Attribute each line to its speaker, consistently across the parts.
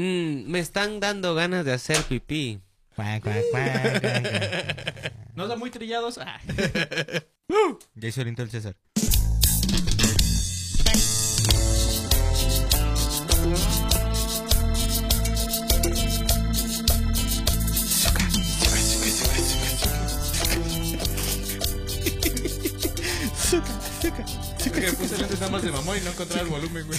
Speaker 1: Mm, me están dando ganas de hacer pipí.
Speaker 2: Cuac, cuac, cuac, cuac, cuac.
Speaker 3: No son muy trillados. Ah.
Speaker 2: Ya hizo el intro el César.
Speaker 3: Porque puse lentes nada más de mamón y no encontraba el volumen, güey.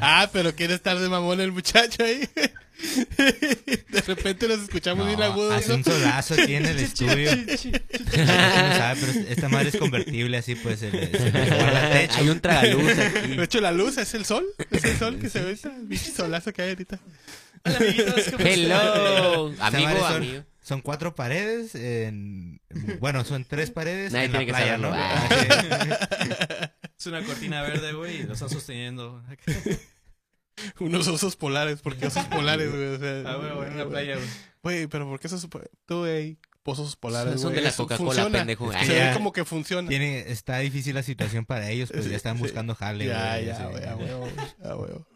Speaker 4: Ah, pero quiere estar de mamón el muchacho ahí. De repente los escuchamos bien
Speaker 2: No,
Speaker 4: agudos.
Speaker 2: hace un
Speaker 4: ¿no?
Speaker 2: solazo aquí en el estudio. La gente no sabe, pero esta madre es convertible, así pues se le, se le guarda el techo.
Speaker 1: Hay un tragaluz aquí.
Speaker 4: De hecho, la luz es el sol. Es el sol que se ve. El bicho solazo que hay ahorita.
Speaker 3: Hola, amiguitos. ¿cómo
Speaker 1: Hello,
Speaker 2: Esta madre
Speaker 1: amigo,
Speaker 2: son,
Speaker 1: amigo.
Speaker 2: son cuatro paredes en... Bueno, son tres paredes
Speaker 1: Nadie
Speaker 2: en la
Speaker 1: tiene que
Speaker 2: playa,
Speaker 1: saberlo.
Speaker 2: ¿no?
Speaker 1: Ah.
Speaker 3: están? Es una cortina verde, güey, y lo están sosteniendo.
Speaker 4: Unos osos polares. ¿Por qué osos polares, güey? O sea,
Speaker 3: Ah, güey, en una playa, güey.
Speaker 4: Güey, pero ¿por qué esos... po- Tú, güey, pozos
Speaker 1: Son-
Speaker 4: polares,
Speaker 1: son de
Speaker 4: güey,
Speaker 1: la
Speaker 4: eso
Speaker 1: Coca-Cola,
Speaker 4: funciona.
Speaker 1: pendejo. Ah,
Speaker 4: Se
Speaker 2: Ya.
Speaker 4: ve como que funciona.
Speaker 2: Tiene, está difícil la situación para ellos, pues ya están buscando jale.
Speaker 4: Ya,
Speaker 2: güey,
Speaker 4: ya,
Speaker 2: así.
Speaker 4: güey, a huevo, a huevo.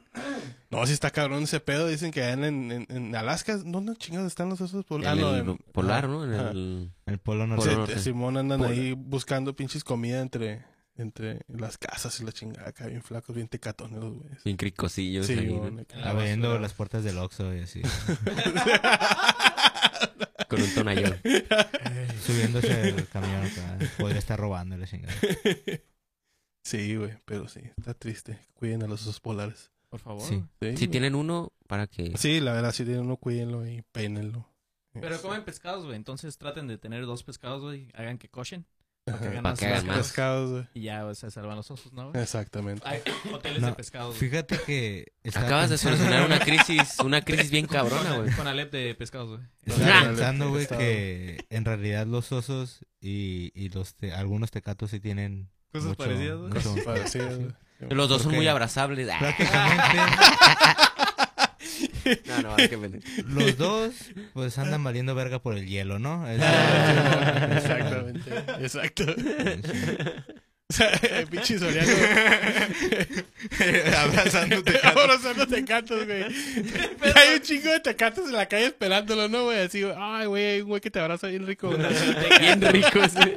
Speaker 4: No, si está cabrón ese pedo. Dicen que allá en, en, en Alaska, ¿dónde chingados están los osos
Speaker 1: En
Speaker 4: polares? Ah, no,
Speaker 1: el
Speaker 4: en-
Speaker 1: polar, ¿no? En
Speaker 4: ah.
Speaker 1: el...
Speaker 2: El polo
Speaker 4: Sí,
Speaker 2: norte.
Speaker 1: Polo norte.
Speaker 4: Simón andan
Speaker 2: Polo.
Speaker 4: ahí buscando pinches comida entre, entre las casas y la chingada. Acá bien flacos, bien tecatones los güeyes.
Speaker 1: Bien cricosillos.
Speaker 4: Sí,
Speaker 1: ahí, ¿no?
Speaker 4: güey, acá.
Speaker 2: abriendo
Speaker 3: basura.
Speaker 2: las puertas del Oxxo y así.
Speaker 1: Con un tonallón.
Speaker 2: Subiéndose el camión. acá. Podría estar robando la chingada.
Speaker 1: Pues,
Speaker 4: Sí, güey, pero sí, está triste. Cuiden a los osos polares.
Speaker 3: Por favor.
Speaker 2: Sí.
Speaker 4: Sí,
Speaker 1: Si
Speaker 4: güey.
Speaker 1: tienen uno, para que...
Speaker 4: Sí, la verdad, si tienen uno, cuídenlo y peínenlo.
Speaker 3: Pero
Speaker 4: Sí.
Speaker 3: comen pescados, güey. Entonces traten de tener dos pescados, güey. Hagan que cochen.
Speaker 4: Ajá.
Speaker 3: Para que hagan
Speaker 1: Pa'
Speaker 3: más
Speaker 1: que hagan
Speaker 3: pescados.
Speaker 1: más.
Speaker 4: pescados, güey.
Speaker 3: Y ya güey, se salvan los osos, ¿no? güey?
Speaker 4: Exactamente.
Speaker 3: Hay hoteles
Speaker 2: No,
Speaker 3: de pescados. güey.
Speaker 2: Fíjate que. estaba
Speaker 1: Acabas de
Speaker 2: pensando-
Speaker 1: solucionar una crisis, una crisis bien cabrona,
Speaker 3: Con-
Speaker 1: güey.
Speaker 3: Con Alep de pescados, güey.
Speaker 2: Estaba
Speaker 4: Ah.
Speaker 2: pensando, güey,
Speaker 4: Estaba-
Speaker 2: que en realidad los osos y, y los te- algunos tecatos sí tienen.
Speaker 3: Cosas
Speaker 2: mucho-
Speaker 3: parecidas, güey.
Speaker 2: mucho-
Speaker 4: Parecidas, güey.
Speaker 1: Los dos
Speaker 2: ¿Por
Speaker 1: son
Speaker 2: qué?
Speaker 1: muy abrazables. Ah.
Speaker 2: Prácticamente
Speaker 1: Ah, No, no, es que me-
Speaker 2: los dos, pues andan valiendo verga por el hielo, ¿no? Es-
Speaker 4: Exactamente. Exacto. O sea, el pinche Soriano. Abrazando tecatos. Abrazando tecatos, güey. Y hay un chingo de tecatos en la calle esperándolo, ¿no, güey? Así, güey, ay, güey, hay un güey que te abraza bien rico, güey.
Speaker 1: Bien ricos, güey.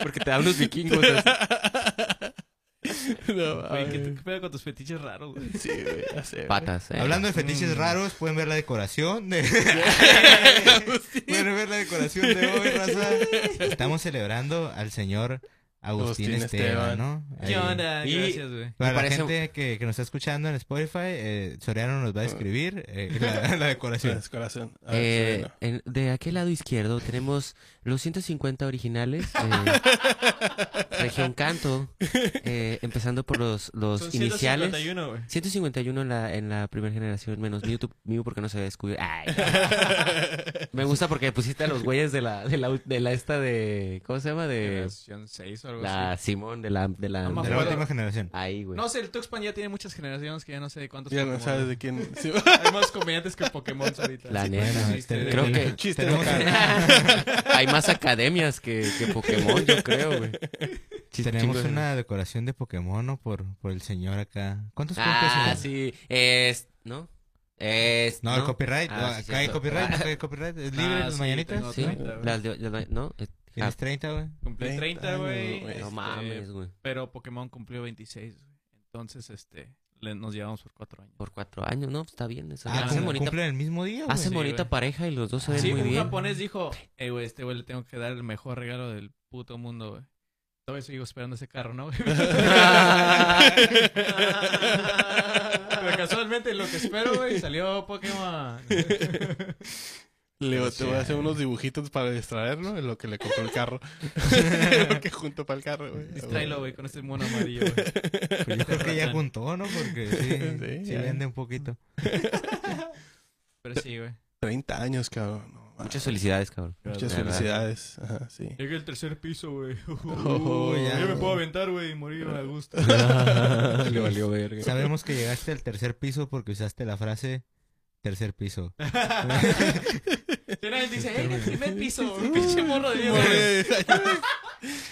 Speaker 1: Porque te dan unos vikingos. así.
Speaker 3: Güey, ¿qué,
Speaker 4: No, mames.
Speaker 3: te- qué pedo con tus fetiches raros, güey?
Speaker 4: Sí, güey, ya sé, güey.
Speaker 1: Patas, eh.
Speaker 2: Hablando de fetiches raros, pueden ver la decoración de... pueden ver la decoración de hoy, raza. Estamos celebrando al señor Agustín,
Speaker 4: Agustín
Speaker 2: Esteban,
Speaker 4: Esteban.
Speaker 2: ¿no? Ahí.
Speaker 3: ¿Qué onda?
Speaker 1: Y-
Speaker 3: Gracias, güey.
Speaker 2: Para
Speaker 1: Me
Speaker 2: la
Speaker 1: parece-
Speaker 2: gente que, que nos está escuchando en Spotify, eh, Soriano nos va a escribir eh, la, la
Speaker 4: Sí,
Speaker 2: decoración.
Speaker 4: es corazón.
Speaker 3: Ah,
Speaker 4: A ver,
Speaker 1: Eh,
Speaker 4: Soriano.
Speaker 1: en- de aquel lado izquierdo tenemos los 150 originales. eh, región Canto. eh, empezando por los, los
Speaker 3: Son
Speaker 1: iniciales.
Speaker 3: 151, güey.
Speaker 1: 151 en la, en la primera generación, menos Mewtwo, Mew porque no se había descubierto. Ay. Me gusta porque pusiste a los güeyes de la, de la, ul- de la esta de. ¿Cómo se llama? De.
Speaker 3: Generación 6 o algo
Speaker 1: eh, La
Speaker 3: así.
Speaker 1: Simón, de la. De la,
Speaker 3: No me
Speaker 2: De
Speaker 1: de
Speaker 2: la
Speaker 1: la-
Speaker 3: acuerdo.
Speaker 2: última generación.
Speaker 1: ahí, güey.
Speaker 3: No sé, el Tuxpan ya tiene muchas generaciones que ya pues, no sé de cuántos
Speaker 4: Ya no
Speaker 3: Pokémon,
Speaker 4: sabes
Speaker 3: güey.
Speaker 4: de quién. sí.
Speaker 3: Hay más comediantes que Pokémon ahorita.
Speaker 1: La
Speaker 3: Sí,
Speaker 1: neta.
Speaker 3: sí,
Speaker 2: Bueno,
Speaker 3: sí,
Speaker 2: este,
Speaker 3: sí.
Speaker 1: creo que-
Speaker 4: Chiste
Speaker 2: Tenemos-
Speaker 4: local.
Speaker 1: Hay más academias que, que Pokémon, yo creo, güey. Chis-
Speaker 2: Tenemos
Speaker 1: chingo de-
Speaker 2: una decoración de Pokémon, ¿no? Por, por el señor acá. ¿Cuántos puntos?
Speaker 1: Ah,
Speaker 2: señor?
Speaker 1: sí. Es. ¿No? Es.
Speaker 2: No, el copyright.
Speaker 1: Ah,
Speaker 2: acá
Speaker 1: sí,
Speaker 2: hay
Speaker 1: cierto.
Speaker 2: copyright, acá hay copyright. Es libre
Speaker 3: Ah,
Speaker 2: las
Speaker 3: sí,
Speaker 2: mañanitas.
Speaker 3: tengo-
Speaker 1: Sí.
Speaker 3: Copyright,
Speaker 1: las de- las de- no, eh,
Speaker 2: Tienes 30, güey.
Speaker 3: Cumplí 30,
Speaker 4: 30,
Speaker 3: güey.
Speaker 4: güey.
Speaker 1: no
Speaker 3: este,
Speaker 1: mames, güey.
Speaker 3: Pero Pokémon cumplió 26, güey. Entonces, este, le- nos llevamos por 4 años.
Speaker 1: Por cuatro años, ¿no? Está bien. Eso.
Speaker 2: Ah,
Speaker 1: hacen
Speaker 2: cum-
Speaker 1: bonita,
Speaker 2: cumplen el mismo día, güey.
Speaker 1: hacen
Speaker 3: Sí,
Speaker 1: bonita
Speaker 3: güey. Ah,
Speaker 1: pareja y los dos se ven
Speaker 3: Sí,
Speaker 1: Pues, muy
Speaker 3: un
Speaker 1: bien.
Speaker 3: japonés dijo, eh, güey, este güey le tengo que dar el mejor regalo del puto mundo, güey. Todavía sigo esperando ese carro, ¿no, güey? Pero casualmente lo que espero, güey, salió Pokémon.
Speaker 4: Leo, te voy a hacer unos dibujitos para distraerlo en lo que le compró el carro. En lo que junto para el carro, güey.
Speaker 3: Distráelo, güey, con este mono amarillo, güey.
Speaker 2: Pero yo creo que ya juntó, ¿no? Porque sí,
Speaker 4: Sí,
Speaker 2: sí
Speaker 4: ya.
Speaker 2: vende un poquito.
Speaker 3: Pero sí, güey.
Speaker 4: 30 años, cabrón. No,
Speaker 1: Muchas felicidades, cabrón.
Speaker 4: Muchas
Speaker 1: De verdad.
Speaker 4: felicidades. Ajá, sí.
Speaker 3: Llegué al tercer piso, güey. Uh,
Speaker 4: Oh, ya.
Speaker 3: Yo me puedo aventar, güey, y morir a gusto.
Speaker 1: Le valió verga.
Speaker 2: Sabemos que llegaste al tercer piso porque usaste la frase tercer piso.
Speaker 3: Y nadie dice, "Ey, en el primer piso, pinche morro de Dios.
Speaker 4: Esos-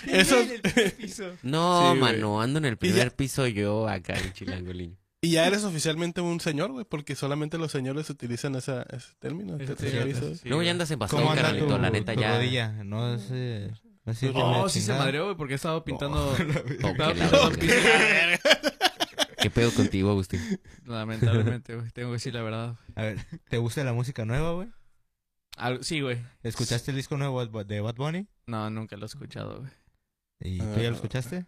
Speaker 3: Esos... En el primer piso.
Speaker 1: No,
Speaker 4: Sí, güey.
Speaker 1: mano, ando en el primer piso yo acá en Chilangolín.
Speaker 4: Y ya eres oficialmente un señor, güey, porque solamente los señores utilizan esa, ese término.
Speaker 3: Ese
Speaker 4: te- te
Speaker 3: sí,
Speaker 4: aviso.
Speaker 3: sí,
Speaker 1: Luego
Speaker 3: güey.
Speaker 1: ya andas en bastón,
Speaker 2: ¿Cómo anda
Speaker 1: carnalito,
Speaker 2: tu,
Speaker 1: la neta
Speaker 2: tu
Speaker 1: ya.
Speaker 2: rodilla? No sé. No sé.
Speaker 3: Oh, sí se madreó, güey, porque he estado pintando.
Speaker 1: Oh,
Speaker 3: estaba
Speaker 1: que la verga.
Speaker 3: pintando piso.
Speaker 1: ¿Qué pedo contigo, Agustín?
Speaker 3: Lamentablemente, güey, tengo que decir la verdad.
Speaker 2: A ver, ¿te gusta la música nueva, güey?
Speaker 3: Al- sí, güey.
Speaker 2: ¿Escuchaste el disco nuevo de Bad Bunny?
Speaker 3: No, nunca lo he escuchado, güey.
Speaker 2: ¿Y tú
Speaker 1: Ah.
Speaker 2: ya lo escuchaste?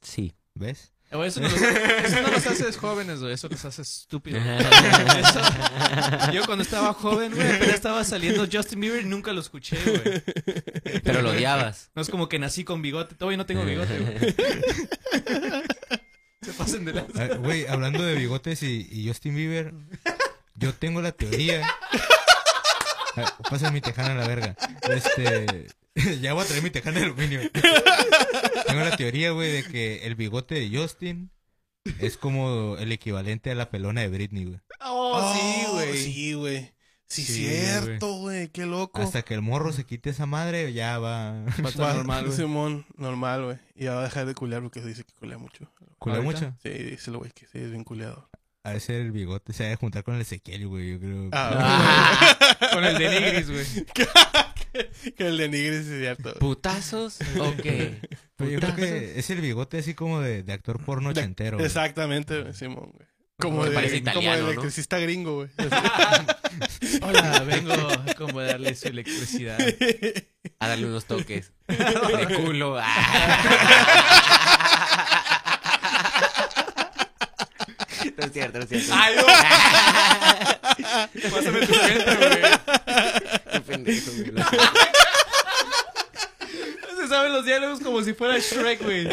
Speaker 1: Sí.
Speaker 2: ¿Ves?
Speaker 3: Eh, güey, Eso no, los, eso no los haces jóvenes, güey. Eso los haces estúpidos. Eso- yo cuando estaba joven, güey, apenas estaba saliendo Justin Bieber y nunca lo escuché, güey.
Speaker 1: Pero lo odiabas.
Speaker 3: No es como que nací con bigote. Todavía no tengo bigote, güey. Se pasen de la...
Speaker 2: A ver, Güey, hablando de bigotes y, y Justin Bieber, yo tengo la teoría. A ver, Pasa mi tejana a la verga. Este. Ya voy a traer mi tejana de aluminio. Tengo la teoría, güey, de que el bigote de Justin es como el equivalente a la pelona de Britney, güey.
Speaker 4: Oh,
Speaker 3: Oh, sí, güey.
Speaker 4: Sí, güey. Sí,
Speaker 3: Sí,
Speaker 4: cierto, güey. Qué loco.
Speaker 2: Hasta que el morro se quite esa madre, ya va.
Speaker 3: Va a estar
Speaker 4: Va-
Speaker 3: normal, güey.
Speaker 4: Simón, normal, güey. Y ya va a dejar de culear porque dice que culea mucho.
Speaker 2: Culea
Speaker 3: ¿Ahorita?
Speaker 2: mucho.
Speaker 4: Sí, dice el güey que sí, es bien culeador.
Speaker 2: A veces el bigote se va a juntar con el Ezequiel, güey, yo creo.
Speaker 4: Ah,
Speaker 3: Con el de Nigris, güey.
Speaker 4: que el de Nigris es cierto.
Speaker 1: ¿Putazos o qué?
Speaker 2: Pero yo creo
Speaker 1: Putazos.
Speaker 2: que es el bigote así como de, de actor porno
Speaker 4: De-
Speaker 2: ochentero. güey.
Speaker 4: Exactamente, güey, Simón, güey. Como
Speaker 1: Me
Speaker 4: de,
Speaker 1: parece italiano,
Speaker 4: como
Speaker 1: ¿no?
Speaker 4: de electricista gringo, güey.
Speaker 3: Hola, vengo a acomodarle su electricidad.
Speaker 1: A darle unos toques. De culo. No es cierto, no es cierto.
Speaker 3: ¡Ay, no! Pásame tu cuenta, güey.
Speaker 1: Qué pendejo, güey.
Speaker 3: Se saben los diálogos como si fuera Shrek, güey.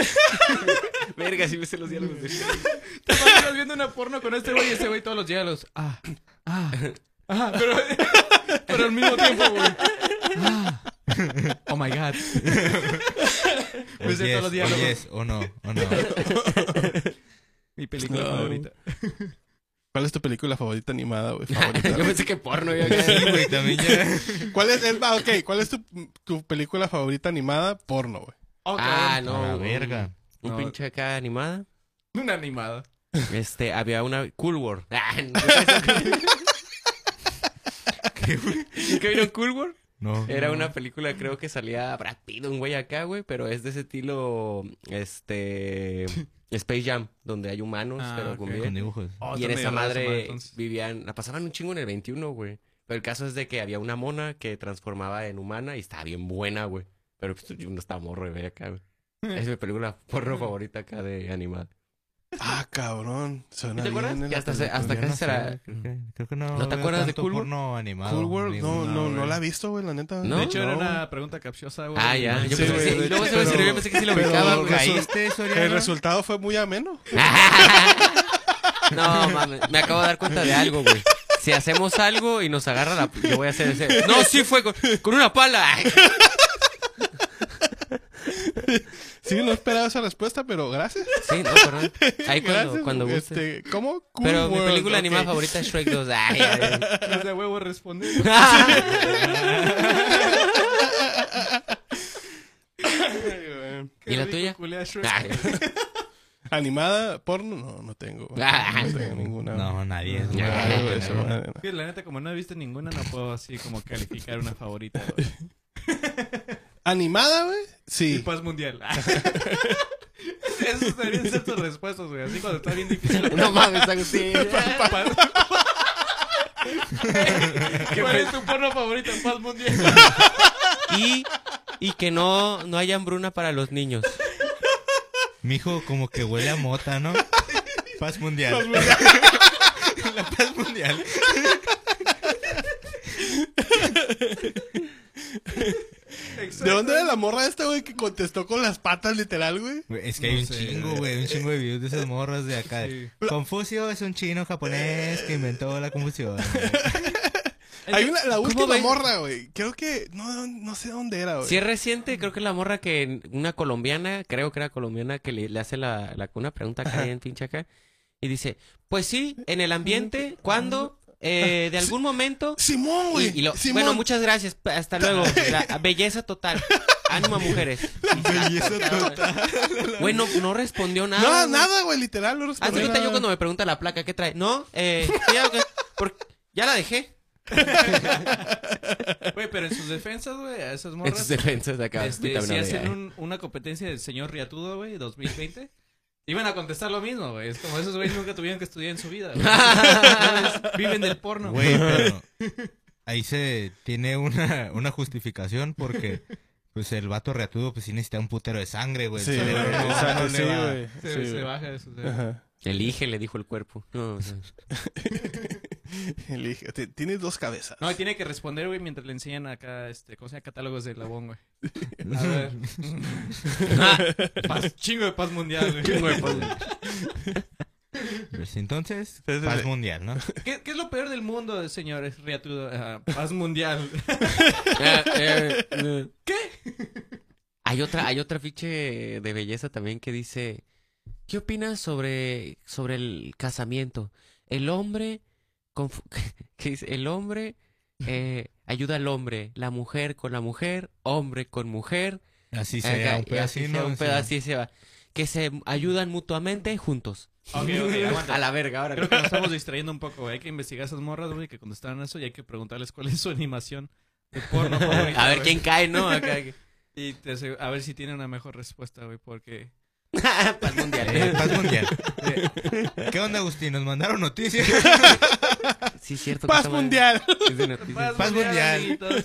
Speaker 1: Verga, sí me sé los diálogos de
Speaker 3: Te imaginas viendo una porno con este güey y este güey todos los diálogos. Ah, ah, ah, pero, pero al mismo tiempo, güey. Ah, oh my god.
Speaker 2: O
Speaker 3: Pues de
Speaker 2: yes,
Speaker 3: todos los diálogos.
Speaker 2: o yes, o no, o no.
Speaker 3: Mi película
Speaker 4: No.
Speaker 3: favorita.
Speaker 4: ¿Cuál es tu película favorita animada, güey?
Speaker 1: Yo
Speaker 4: Favorita.
Speaker 1: pensé que porno. yo-
Speaker 2: Sí, güey, también ya.
Speaker 4: ¿Cuál es, es- ah, ok, ¿cuál es tu, tu película favorita animada? Porno, güey.
Speaker 3: Oh,
Speaker 1: Ah,
Speaker 3: cabrón.
Speaker 1: no.
Speaker 2: la
Speaker 1: un-
Speaker 2: verga.
Speaker 1: Un
Speaker 3: No.
Speaker 1: pinche acá animada.
Speaker 3: Una animada.
Speaker 1: Este, había una... Cool War. Ah, no. ¿Nunca vieron Cool War?
Speaker 2: No.
Speaker 1: Era una película, creo que salía Brad Pitt, un güey acá, güey, pero es de ese estilo, este, Space Jam, donde hay humanos,
Speaker 3: Ah,
Speaker 1: pero
Speaker 3: ok.
Speaker 1: con
Speaker 2: Con
Speaker 1: vida.
Speaker 2: dibujos.
Speaker 3: Oh,
Speaker 1: Y
Speaker 3: está
Speaker 1: en
Speaker 3: medio
Speaker 1: esa
Speaker 3: raro
Speaker 1: madre
Speaker 3: entonces.
Speaker 1: vivían, la pasaban un chingo en el 21, güey. Pero el caso es de que había una mona que transformaba en humana y estaba bien buena, güey. Pero pues, yo no estaba morro, güey, acá, güey. Es mi película porno favorita acá de animal.
Speaker 4: Ah, cabrón. Suena
Speaker 1: ¿Te
Speaker 4: bien
Speaker 1: acuerdas?
Speaker 4: en
Speaker 1: Que
Speaker 4: la
Speaker 1: hasta se-
Speaker 4: película.
Speaker 1: hasta
Speaker 2: Yo
Speaker 1: casi
Speaker 2: no sé,
Speaker 1: será-
Speaker 2: güey, Creo que, creo que no.
Speaker 1: ¿No te
Speaker 2: veo
Speaker 1: acuerdas de
Speaker 2: tanto
Speaker 1: Cool World?
Speaker 2: porno animado.
Speaker 4: Cool World, no,
Speaker 2: digo,
Speaker 4: no, no,
Speaker 3: güey.
Speaker 4: la he visto, güey, la neta.
Speaker 1: ¿No?
Speaker 3: De hecho, era
Speaker 4: No, güey.
Speaker 3: una pregunta capciosa, güey.
Speaker 1: Ah, ya. Yo
Speaker 4: Sí,
Speaker 1: pensé,
Speaker 4: güey,
Speaker 1: sí,
Speaker 4: de
Speaker 1: luego
Speaker 4: hecho,
Speaker 1: se me
Speaker 4: pero-
Speaker 1: sirvió, yo pensé que sí lo
Speaker 4: pero-
Speaker 1: ubicaba, este,
Speaker 4: pero-
Speaker 1: güey.
Speaker 2: ¿Caíste, Soriano?
Speaker 4: El resultado fue muy ameno.
Speaker 1: No, mames, me acabo de dar cuenta de algo, güey. Si hacemos algo y nos agarra la... Yo voy a hacer ese... No, sí fue con, con una pala.
Speaker 4: Sí, no esperaba esa respuesta, pero gracias.
Speaker 1: Sí, no, perdón. Ahí cuando,
Speaker 4: gracias.
Speaker 1: cuando guste.
Speaker 4: Este, ¿Cómo? Cool
Speaker 1: Pero mi
Speaker 4: World,
Speaker 1: película
Speaker 4: ok.
Speaker 1: animada favorita es Shrek 2. Ay, ay,
Speaker 3: Es de huevo responder.
Speaker 1: ¿Y la tuya? ay.
Speaker 4: Animada, porno, no, no tengo. güey. No tengo ninguna.
Speaker 2: No, nadie.
Speaker 4: No,
Speaker 2: güey.
Speaker 1: Ya,
Speaker 4: algo de
Speaker 1: güey,
Speaker 4: eso,
Speaker 1: no.
Speaker 4: madre, no.
Speaker 3: Que la neta, como no he visto ninguna, no puedo así como calificar una favorita. güey.
Speaker 4: Animada, güey.
Speaker 3: Y
Speaker 4: Sí.
Speaker 3: paz mundial. Esas deberían ser tus respuestas, güey. Así cuando está bien difícil.
Speaker 1: No mames, Agustín.
Speaker 3: Paz- ¿Cuál es tu porno favorito? Paz mundial.
Speaker 1: Y, y que no, no haya hambruna para los niños.
Speaker 2: Mi hijo como que huele a mota, ¿no? Paz mundial. la paz mundial.
Speaker 4: ¿De dónde era la morra esta, güey, que contestó con las patas, literal, güey?
Speaker 2: Güey, Es que hay
Speaker 3: No
Speaker 2: un
Speaker 3: sé,
Speaker 2: chingo,
Speaker 3: güey.
Speaker 2: güey. Un chingo de videos de esas morras de acá.
Speaker 3: Sí.
Speaker 2: Confucio es un chino japonés que inventó la confusión.
Speaker 4: Hay una, la
Speaker 1: ¿Cómo
Speaker 4: última
Speaker 1: ven?
Speaker 4: morra, güey. Creo que, no, no sé dónde era, güey.
Speaker 1: Si es reciente, creo que la morra que una colombiana, creo que era colombiana, que le, le hace la, la- una pregunta acá en pinche acá. Y dice, pues sí, en el ambiente, ¿cuándo? Eh, de algún momento.
Speaker 4: Simón,
Speaker 1: Y-
Speaker 4: güey.
Speaker 1: y lo-
Speaker 4: Simón.
Speaker 1: bueno, muchas gracias. pa- Hasta luego. La belleza total. Ánimo, mujeres.
Speaker 2: Belleza total.
Speaker 1: Güey, no, no respondió nada.
Speaker 4: No,
Speaker 1: güey.
Speaker 4: nada, güey, literal. No
Speaker 1: Haz de
Speaker 4: respondió
Speaker 1: cuenta
Speaker 4: nada.
Speaker 1: yo cuando me pregunta la placa, ¿qué trae? No, eh, ya, que- por- ya la dejé.
Speaker 3: Güey, pero en sus defensas, güey, a esas
Speaker 1: En
Speaker 3: morras.
Speaker 1: sus defensas de acá.
Speaker 3: Este,
Speaker 1: vitamina
Speaker 3: si
Speaker 1: D, eh.
Speaker 3: hacen un- una competencia del señor Riatudo, güey, 2020, iban a contestar lo mismo, güey. Es como esos güeyes nunca tuvieron que estudiar en su vida. güey. Entonces, Viven del porno.
Speaker 2: Güey, pero ahí se tiene una, una justificación porque pues el vato reatudo pues sí necesita un putero de sangre, güey. El
Speaker 4: Sí, güey.
Speaker 2: cerebro no- no
Speaker 4: exacto,
Speaker 2: le
Speaker 4: Sí,
Speaker 2: va.
Speaker 4: güey.
Speaker 3: Se,
Speaker 4: sí,
Speaker 3: se
Speaker 4: güey.
Speaker 3: baja de sus...
Speaker 4: Ajá.
Speaker 1: Elige, le dijo el cuerpo. No, o sea,
Speaker 4: Elige, te- Tienes dos cabezas.
Speaker 3: No, y tiene que responder, güey, mientras le enseñan acá, este, ¿cómo se llama? Catálogos de Labón, güey. A ver. Paz- chingo de paz mundial, güey.
Speaker 1: Ah, chingo de polvo.
Speaker 2: Pues, entonces,
Speaker 4: Entonces,
Speaker 2: paz
Speaker 4: eh,
Speaker 2: mundial, ¿no?
Speaker 3: ¿Qué, qué es lo peor del mundo, señores Riatudo? Ajá, paz mundial.
Speaker 1: Eh, eh, eh. Hay otra, hay otra fiche de belleza también que dice, ¿qué opinas sobre, sobre el casamiento? El hombre, confu- que dice, el hombre eh, ayuda al hombre, la mujer con la mujer, hombre con mujer,
Speaker 2: Así
Speaker 1: acá,
Speaker 2: sea, un
Speaker 1: y así
Speaker 2: pedacito.
Speaker 1: sea, un
Speaker 2: o sea,
Speaker 1: pedo, así se va, que se ayudan mutuamente juntos.
Speaker 3: Ok, ok, aguanta.
Speaker 1: A la verga, ahora.
Speaker 3: Creo que nos estamos distrayendo un poco, güey. Hay que investigar esas morras, güey, que contestaron eso y hay que preguntarles cuál es su animación de porno favorita,
Speaker 1: A ver
Speaker 3: güey.
Speaker 1: quién cae, ¿no? Acá, que-
Speaker 3: Y te asegu- a ver si tiene una mejor respuesta, güey, porque...
Speaker 1: Paz mundial.
Speaker 2: eh, paz mundial. Eh, ¿Qué onda, Agustín? Nos mandaron noticias.
Speaker 1: Sí, es cierto. que
Speaker 4: Paz
Speaker 1: esa madre
Speaker 4: mundial.
Speaker 1: es de noticias.
Speaker 2: Paz mundial.
Speaker 3: amiguitos.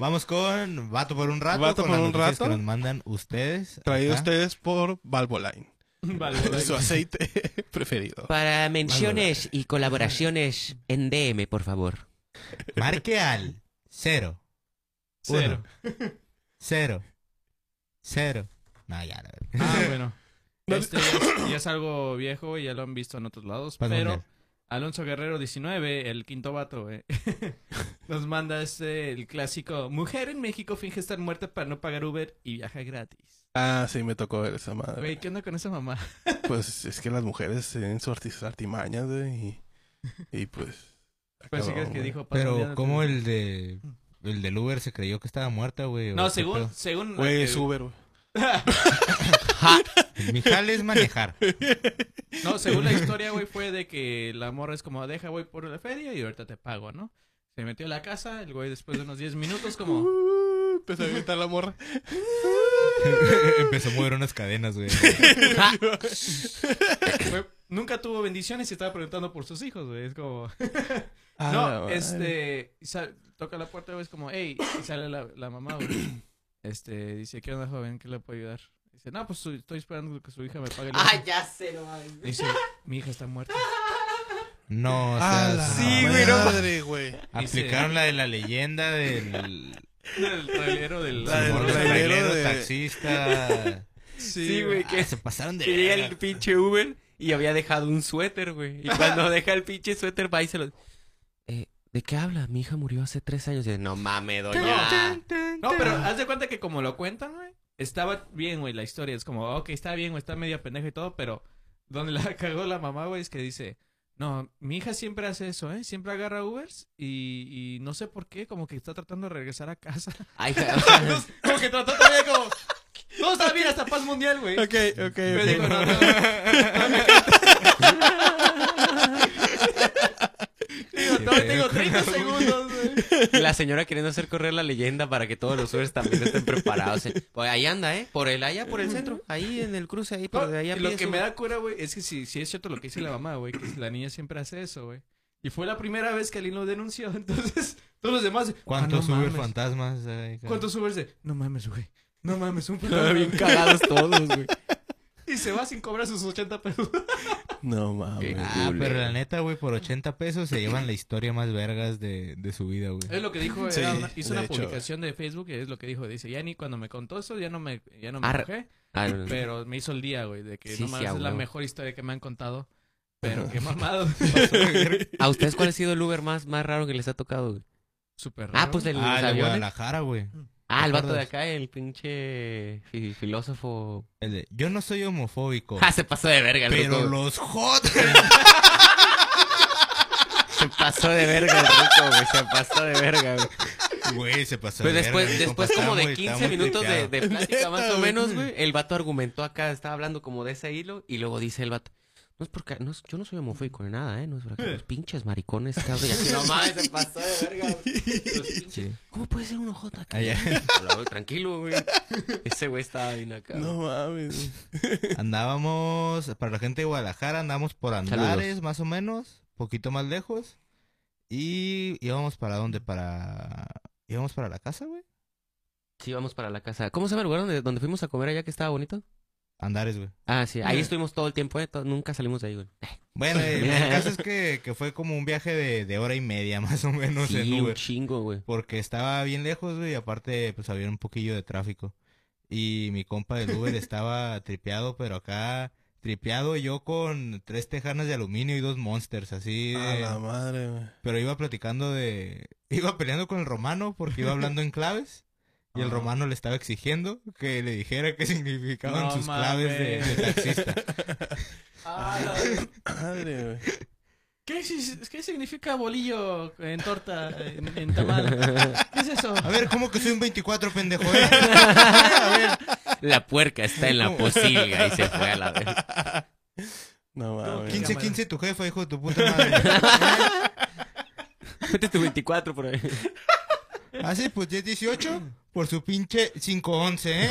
Speaker 2: Vamos con Vato por un rato.
Speaker 4: Vato
Speaker 2: con
Speaker 4: por
Speaker 2: las
Speaker 4: un
Speaker 2: noticias
Speaker 4: rato.
Speaker 2: Que nos mandan ustedes.
Speaker 4: Traído
Speaker 2: acá.
Speaker 4: ustedes por Valvoline.
Speaker 3: Vale,
Speaker 4: Es Su
Speaker 3: güey.
Speaker 4: aceite preferido.
Speaker 1: Para menciones y colaboraciones en DM, por favor.
Speaker 2: Marque al cero.
Speaker 3: Cero.
Speaker 2: uno, Cero. Cero. No, ya, la verdad.
Speaker 3: Ah, bueno. Este ya es, ya es algo viejo y ya lo han visto en otros lados,
Speaker 2: Paz
Speaker 3: pero...
Speaker 2: mundial.
Speaker 3: Alonso Guerrero 19, el quinto vato, güey. Nos manda este, el clásico, mujer en México finge estar muerta para no pagar Uber y viaja gratis.
Speaker 4: Ah, sí, me tocó ver esa madre.
Speaker 3: Güey, ¿qué onda con esa mamá?
Speaker 4: Pues es que las mujeres tienen sus artis- artimañas, güey. Y, y pues.
Speaker 3: Pues sí
Speaker 4: acabó,
Speaker 3: crees que
Speaker 4: güey.
Speaker 3: dijo Paz
Speaker 2: Pero
Speaker 3: Mundial,
Speaker 2: como
Speaker 3: pero-
Speaker 2: el de el del Uber se creyó que estaba muerta, güey. ¿O
Speaker 3: No,
Speaker 2: qué
Speaker 3: según,
Speaker 2: pedo?
Speaker 3: según...
Speaker 4: Güey,
Speaker 3: eh,
Speaker 4: es Uber, güey.
Speaker 2: Mi jale es manejar.
Speaker 3: No, según la historia, güey, fue de que la morra es como, deja, güey, por la feria y ahorita te pago, ¿no? Se metió a la casa, el güey después de unos 10 minutos como...
Speaker 4: Uh, Empezó a gritar la morra.
Speaker 2: Empezó a mover unas cadenas, güey.
Speaker 3: güey, nunca tuvo bendiciones y estaba preguntando por sus hijos, güey. Es como...
Speaker 4: Ah, la
Speaker 3: No,
Speaker 4: madre.
Speaker 3: este, y sal- toca la puerta, güey, es como, hey, y sale la, la mamá, güey. Este, dice, ¿qué onda, joven? ¿Qué le puedo ayudar? Dice, no, pues su- estoy esperando que su hija me pague. el Uber".
Speaker 1: Ah, ya sé, no
Speaker 3: Dice, mi hija está muerta.
Speaker 2: No, o sea,
Speaker 4: Ah, la
Speaker 1: sí,
Speaker 2: no.
Speaker 1: güey, no.
Speaker 4: Madre, güey.
Speaker 2: Aplicaron la de la leyenda del.
Speaker 3: El trailero del...
Speaker 4: La del
Speaker 2: del
Speaker 4: trailero
Speaker 2: trailero,
Speaker 4: de-
Speaker 2: taxista.
Speaker 1: Sí, güey,
Speaker 2: Ah,
Speaker 1: que,
Speaker 2: se pasaron de.
Speaker 1: que llega
Speaker 2: verga.
Speaker 1: el pinche Uber y había dejado un suéter, güey. Y cuando deja el pinche suéter, va y se lo... Eh, ¿De qué habla? Mi hija murió hace tres años. Y dice, no mames, doña.
Speaker 3: No, pero haz de cuenta que como lo cuentan, güey, estaba bien, güey, la historia. Es como, ok, está bien, güey, está media pendeja y todo, pero donde la cagó la mamá, güey, es que dice, no, mi hija siempre hace eso, ¿eh? Siempre agarra Ubers y, y no sé por qué, como que está tratando de regresar a casa.
Speaker 1: Ay, ja- o sea,
Speaker 3: Entonces, como que trató todavía como, todo está bien hasta paz mundial, güey.
Speaker 4: Ok, ok.
Speaker 3: Me
Speaker 4: ok.
Speaker 3: dijo, no, no, no. Digo, todavía tengo 30 segundos, güey.
Speaker 1: la señora queriendo hacer correr la leyenda para que todos los Ubers también estén preparados. eh. Pues ahí anda, ¿eh? Por el allá, por el centro. Ahí en el cruce, ahí por
Speaker 3: No,
Speaker 1: allá.
Speaker 3: y lo
Speaker 1: pide
Speaker 3: que
Speaker 1: su-
Speaker 3: me da cura, güey, es que si, si es cierto lo que dice la mamá, güey, que la niña siempre hace eso, güey. Y fue la primera vez que Alin lo denunció, entonces todos los demás...
Speaker 2: ¿Cuántos
Speaker 3: ah, no
Speaker 2: Uber
Speaker 3: mames.
Speaker 2: fantasmas? hay, cara?
Speaker 3: ¿Cuántos Ubers de... No mames, güey. No mames, un
Speaker 1: Estaban
Speaker 3: fantasma.
Speaker 1: bien cagados todos, güey.
Speaker 3: Y se va sin cobrar sus 80 pesos.
Speaker 4: No mames.
Speaker 2: Ah,
Speaker 4: güey.
Speaker 2: pero la neta, güey, por 80 pesos se llevan la historia más vergas de, de su vida, güey.
Speaker 3: Es lo que dijo,
Speaker 4: Sí,
Speaker 3: era una- hizo
Speaker 4: de
Speaker 3: una
Speaker 4: hecho.
Speaker 3: publicación de Facebook, que es lo que dijo. Dice, ya ni cuando me contó eso, ya no me, ya no me
Speaker 1: Arre.
Speaker 3: enojé,
Speaker 1: Ah, no, no.
Speaker 3: pero me hizo el día, güey, de que
Speaker 1: Sí,
Speaker 3: no
Speaker 1: sí,
Speaker 3: mames,
Speaker 1: a
Speaker 3: es la
Speaker 1: huevo.
Speaker 3: mejor historia que me han contado. Pero qué mamado.
Speaker 1: ¿A ustedes cuál ha sido el Uber más, más raro que les ha tocado? güey?
Speaker 3: Súper
Speaker 1: Ah,
Speaker 3: raro.
Speaker 1: pues el
Speaker 2: Ah, el de
Speaker 1: avión.
Speaker 2: Guadalajara, güey.
Speaker 1: Ah, el vato de
Speaker 2: ¿Recuerdas?
Speaker 1: acá, el pinche fi- filósofo.
Speaker 2: El de, Yo no soy homofóbico,
Speaker 1: Ah, se pasó de verga el
Speaker 2: Oh. pero
Speaker 1: ruco.
Speaker 2: los hot.
Speaker 1: Se pasó de verga el ruco, güey. Se pasó de verga, güey.
Speaker 2: Güey, se pasó.
Speaker 1: Pero
Speaker 2: de
Speaker 1: después,
Speaker 2: verga, mi compa,
Speaker 1: después como
Speaker 2: estaba
Speaker 1: de
Speaker 2: muy-
Speaker 1: 15
Speaker 2: estaba muy
Speaker 1: minutos de,
Speaker 2: tripeado.
Speaker 1: de plática
Speaker 4: Neta,
Speaker 1: más o
Speaker 4: güey.
Speaker 1: menos, güey, el vato argumentó acá, estaba hablando como de ese hilo y luego dice el vato, no es porque, no es- yo no soy homofóbico ni nada, ¿eh? No es verdad que los pinches maricones, cabrón. Y así, no mames, se pasó de verga, güey. Los pinches-
Speaker 2: Sí.
Speaker 1: ¿Cómo puede ser un ojota acá?
Speaker 2: Ah, ya.
Speaker 1: Hola, güey, Tranquilo, güey. Ese güey estaba bien acá.
Speaker 4: No
Speaker 1: güey.
Speaker 4: mames.
Speaker 2: Andábamos, para la gente de Guadalajara, andamos por Andares, más o menos, poquito más lejos. Y íbamos para dónde? Para... Íbamos para la casa, güey.
Speaker 1: Sí, vamos para la casa. ¿Cómo se llama el lugar donde, donde fuimos a comer allá que estaba bonito?
Speaker 2: Andares, güey.
Speaker 1: Ah, sí, ahí estuvimos todo el tiempo, ¿eh? To- Nunca salimos de ahí, güey.
Speaker 2: Bueno, el caso es que, que fue como un viaje de, de hora y media, más o menos, en
Speaker 1: sí, un
Speaker 2: Uber.
Speaker 1: chingo, güey.
Speaker 2: Porque estaba bien lejos, güey, y aparte, pues había un poquillo de tráfico. Y mi compa del Uber estaba tripeado, pero acá tripeado yo con tres tejanas de aluminio y dos monsters, así
Speaker 4: A
Speaker 2: de-
Speaker 4: Ah, la madre, güey.
Speaker 2: Pero iba platicando de... Iba peleando con el romano porque iba hablando en claves. Y el
Speaker 3: Ajá.
Speaker 2: romano le estaba exigiendo que le dijera qué significaban
Speaker 3: No
Speaker 2: sus claves de,
Speaker 3: mames.
Speaker 2: de taxista.
Speaker 3: Ah,
Speaker 4: Madre, güey.
Speaker 3: ¿Qué, si- qué significa bolillo en torta, en, en tamal? ¿Qué es eso?
Speaker 2: A ver, ¿cómo que soy un 24, pendejo? eh?
Speaker 1: La puerca está en la posilga y se fue a la vez.
Speaker 4: No mames.
Speaker 2: 15,
Speaker 3: Cámara.
Speaker 2: 15 Eh, tu jefa, hijo de tu puta madre.
Speaker 1: Mete tu 24 por ahí.
Speaker 2: Hace pues 10, 18 por su pinche 5, 11, ¿eh?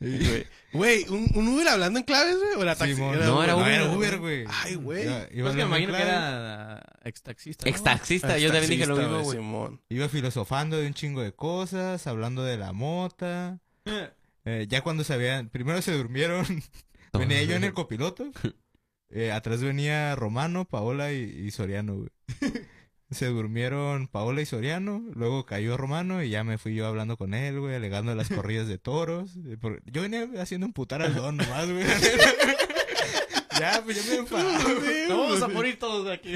Speaker 4: Güey. Güey, ¿un, un Uber hablando en claves, güey? ¿O era taxi?
Speaker 2: Simón.
Speaker 1: No, era
Speaker 2: No,
Speaker 1: Uber.
Speaker 2: era Uber, güey.
Speaker 4: Ay, güey.
Speaker 2: Iba- Iba,
Speaker 3: Pues Ah, que me
Speaker 2: hablando en
Speaker 3: imagino que
Speaker 2: clave,
Speaker 3: era extaxista. ¿no?
Speaker 1: Extaxista, yo también dije lo mismo, güey.
Speaker 4: Simón.
Speaker 2: iba filosofando de un chingo de cosas, hablando de la mota. Eh, ya cuando se habían... Primero se durmieron. venía yo en el copiloto. Eh, atrás venía Romano, Paola y, y Soriano, güey. Se durmieron Paola y Soriano, luego cayó Romano y ya me fui yo hablando con él, güey, alegando las corridas de toros. Eh, por- Yo venía haciendo emputar al don nomás, güey. ya, pues yo me enfadaba, güey.
Speaker 3: Nos vamos a morir todos de aquí.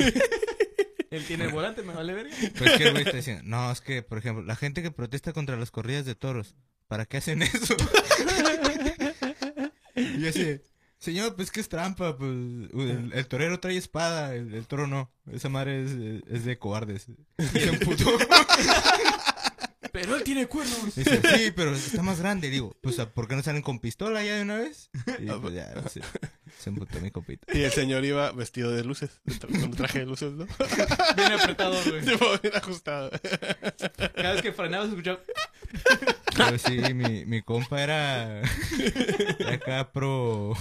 Speaker 3: Él tiene el volante, me vale verga.
Speaker 2: Pero es Pues que el güey está diciendo, no, es que, por ejemplo, la gente que protesta contra las corridas de toros, ¿para qué hacen eso? y yo así, de, señor, pues que es trampa, pues el, el torero trae espada, el, el toro no, esa madre es, es de cobardes. Y se emputó.
Speaker 3: Pero él tiene cuernos.
Speaker 2: Dice, sí, pero está más grande, digo, pues ¿por qué no salen con pistola ya de una vez? Y pues ya, no sé, se emputó mi copita.
Speaker 4: Y el señor iba vestido de luces, tra- con traje de luces, ¿no?
Speaker 3: Bien apretado, güey.
Speaker 4: Se fue bien ajustado.
Speaker 3: Cada vez que frenaba se escuchaba.
Speaker 2: Pero sí, mi, mi compa era, era acá pro...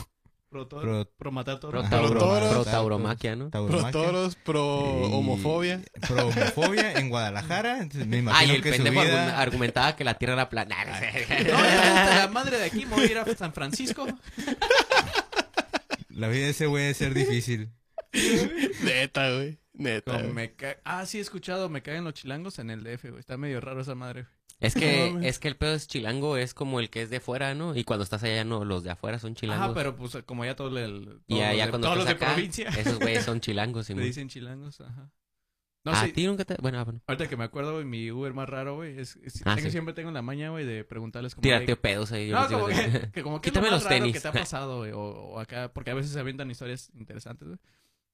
Speaker 3: Pro, toro,
Speaker 2: pro
Speaker 3: pro matar toro.
Speaker 2: Ajá.
Speaker 1: Protauro-
Speaker 4: Protoros.
Speaker 1: Protauromaquia, ¿no?
Speaker 4: Pro
Speaker 2: tauromaquia.
Speaker 4: toros, pro
Speaker 2: Y-
Speaker 4: homofobia.
Speaker 2: Pro homofobia en Guadalajara. Entonces, me imagino
Speaker 1: Ay, el
Speaker 2: que su
Speaker 1: pendejo argu-
Speaker 2: vida...
Speaker 1: argumentaba que la tierra era plana. Nah, no sé.
Speaker 3: No, ya hasta la madre de aquí, me voy a ir a San Francisco.
Speaker 2: La vida de ese güey debe ser difícil.
Speaker 4: Neta, güey. Neta.
Speaker 3: Como
Speaker 4: güey.
Speaker 3: me ca- Ah, sí, he escuchado, me caen los chilangos en el DF, güey. Está medio raro esa madre, güey.
Speaker 1: es
Speaker 4: No
Speaker 1: que
Speaker 4: mames.
Speaker 1: es que el pedo es chilango, es como el que es de fuera, ¿no? Y cuando estás allá, no, los de afuera son chilangos.
Speaker 3: Ah, pero pues como ya todo el...
Speaker 1: y
Speaker 3: todos los
Speaker 1: allá
Speaker 3: de-
Speaker 1: cuando
Speaker 3: todos los
Speaker 1: estás
Speaker 3: de
Speaker 1: acá,
Speaker 3: provincia
Speaker 1: esos güeyes son chilangos, sí,
Speaker 3: le
Speaker 1: güey.
Speaker 3: dicen chilangos, ajá. No,
Speaker 1: a
Speaker 3: sí,
Speaker 1: ti nunca te... Bueno, ah, bueno.
Speaker 3: ahorita que me acuerdo, güey, mi Uber más raro, güey, es... es-
Speaker 1: Ah,
Speaker 3: tengo-
Speaker 1: sí.
Speaker 3: Siempre tengo la maña, güey, de preguntarles como...
Speaker 1: Tírate
Speaker 3: de-
Speaker 1: pedos ahí. yo
Speaker 3: No,
Speaker 1: les digo
Speaker 3: como
Speaker 1: así.
Speaker 3: que, que como que
Speaker 1: Quítame
Speaker 3: es lo más
Speaker 1: los
Speaker 3: raro que
Speaker 1: tenis.
Speaker 3: te ha pasado, güey, o, o acá, porque a veces se aventan historias interesantes, güey.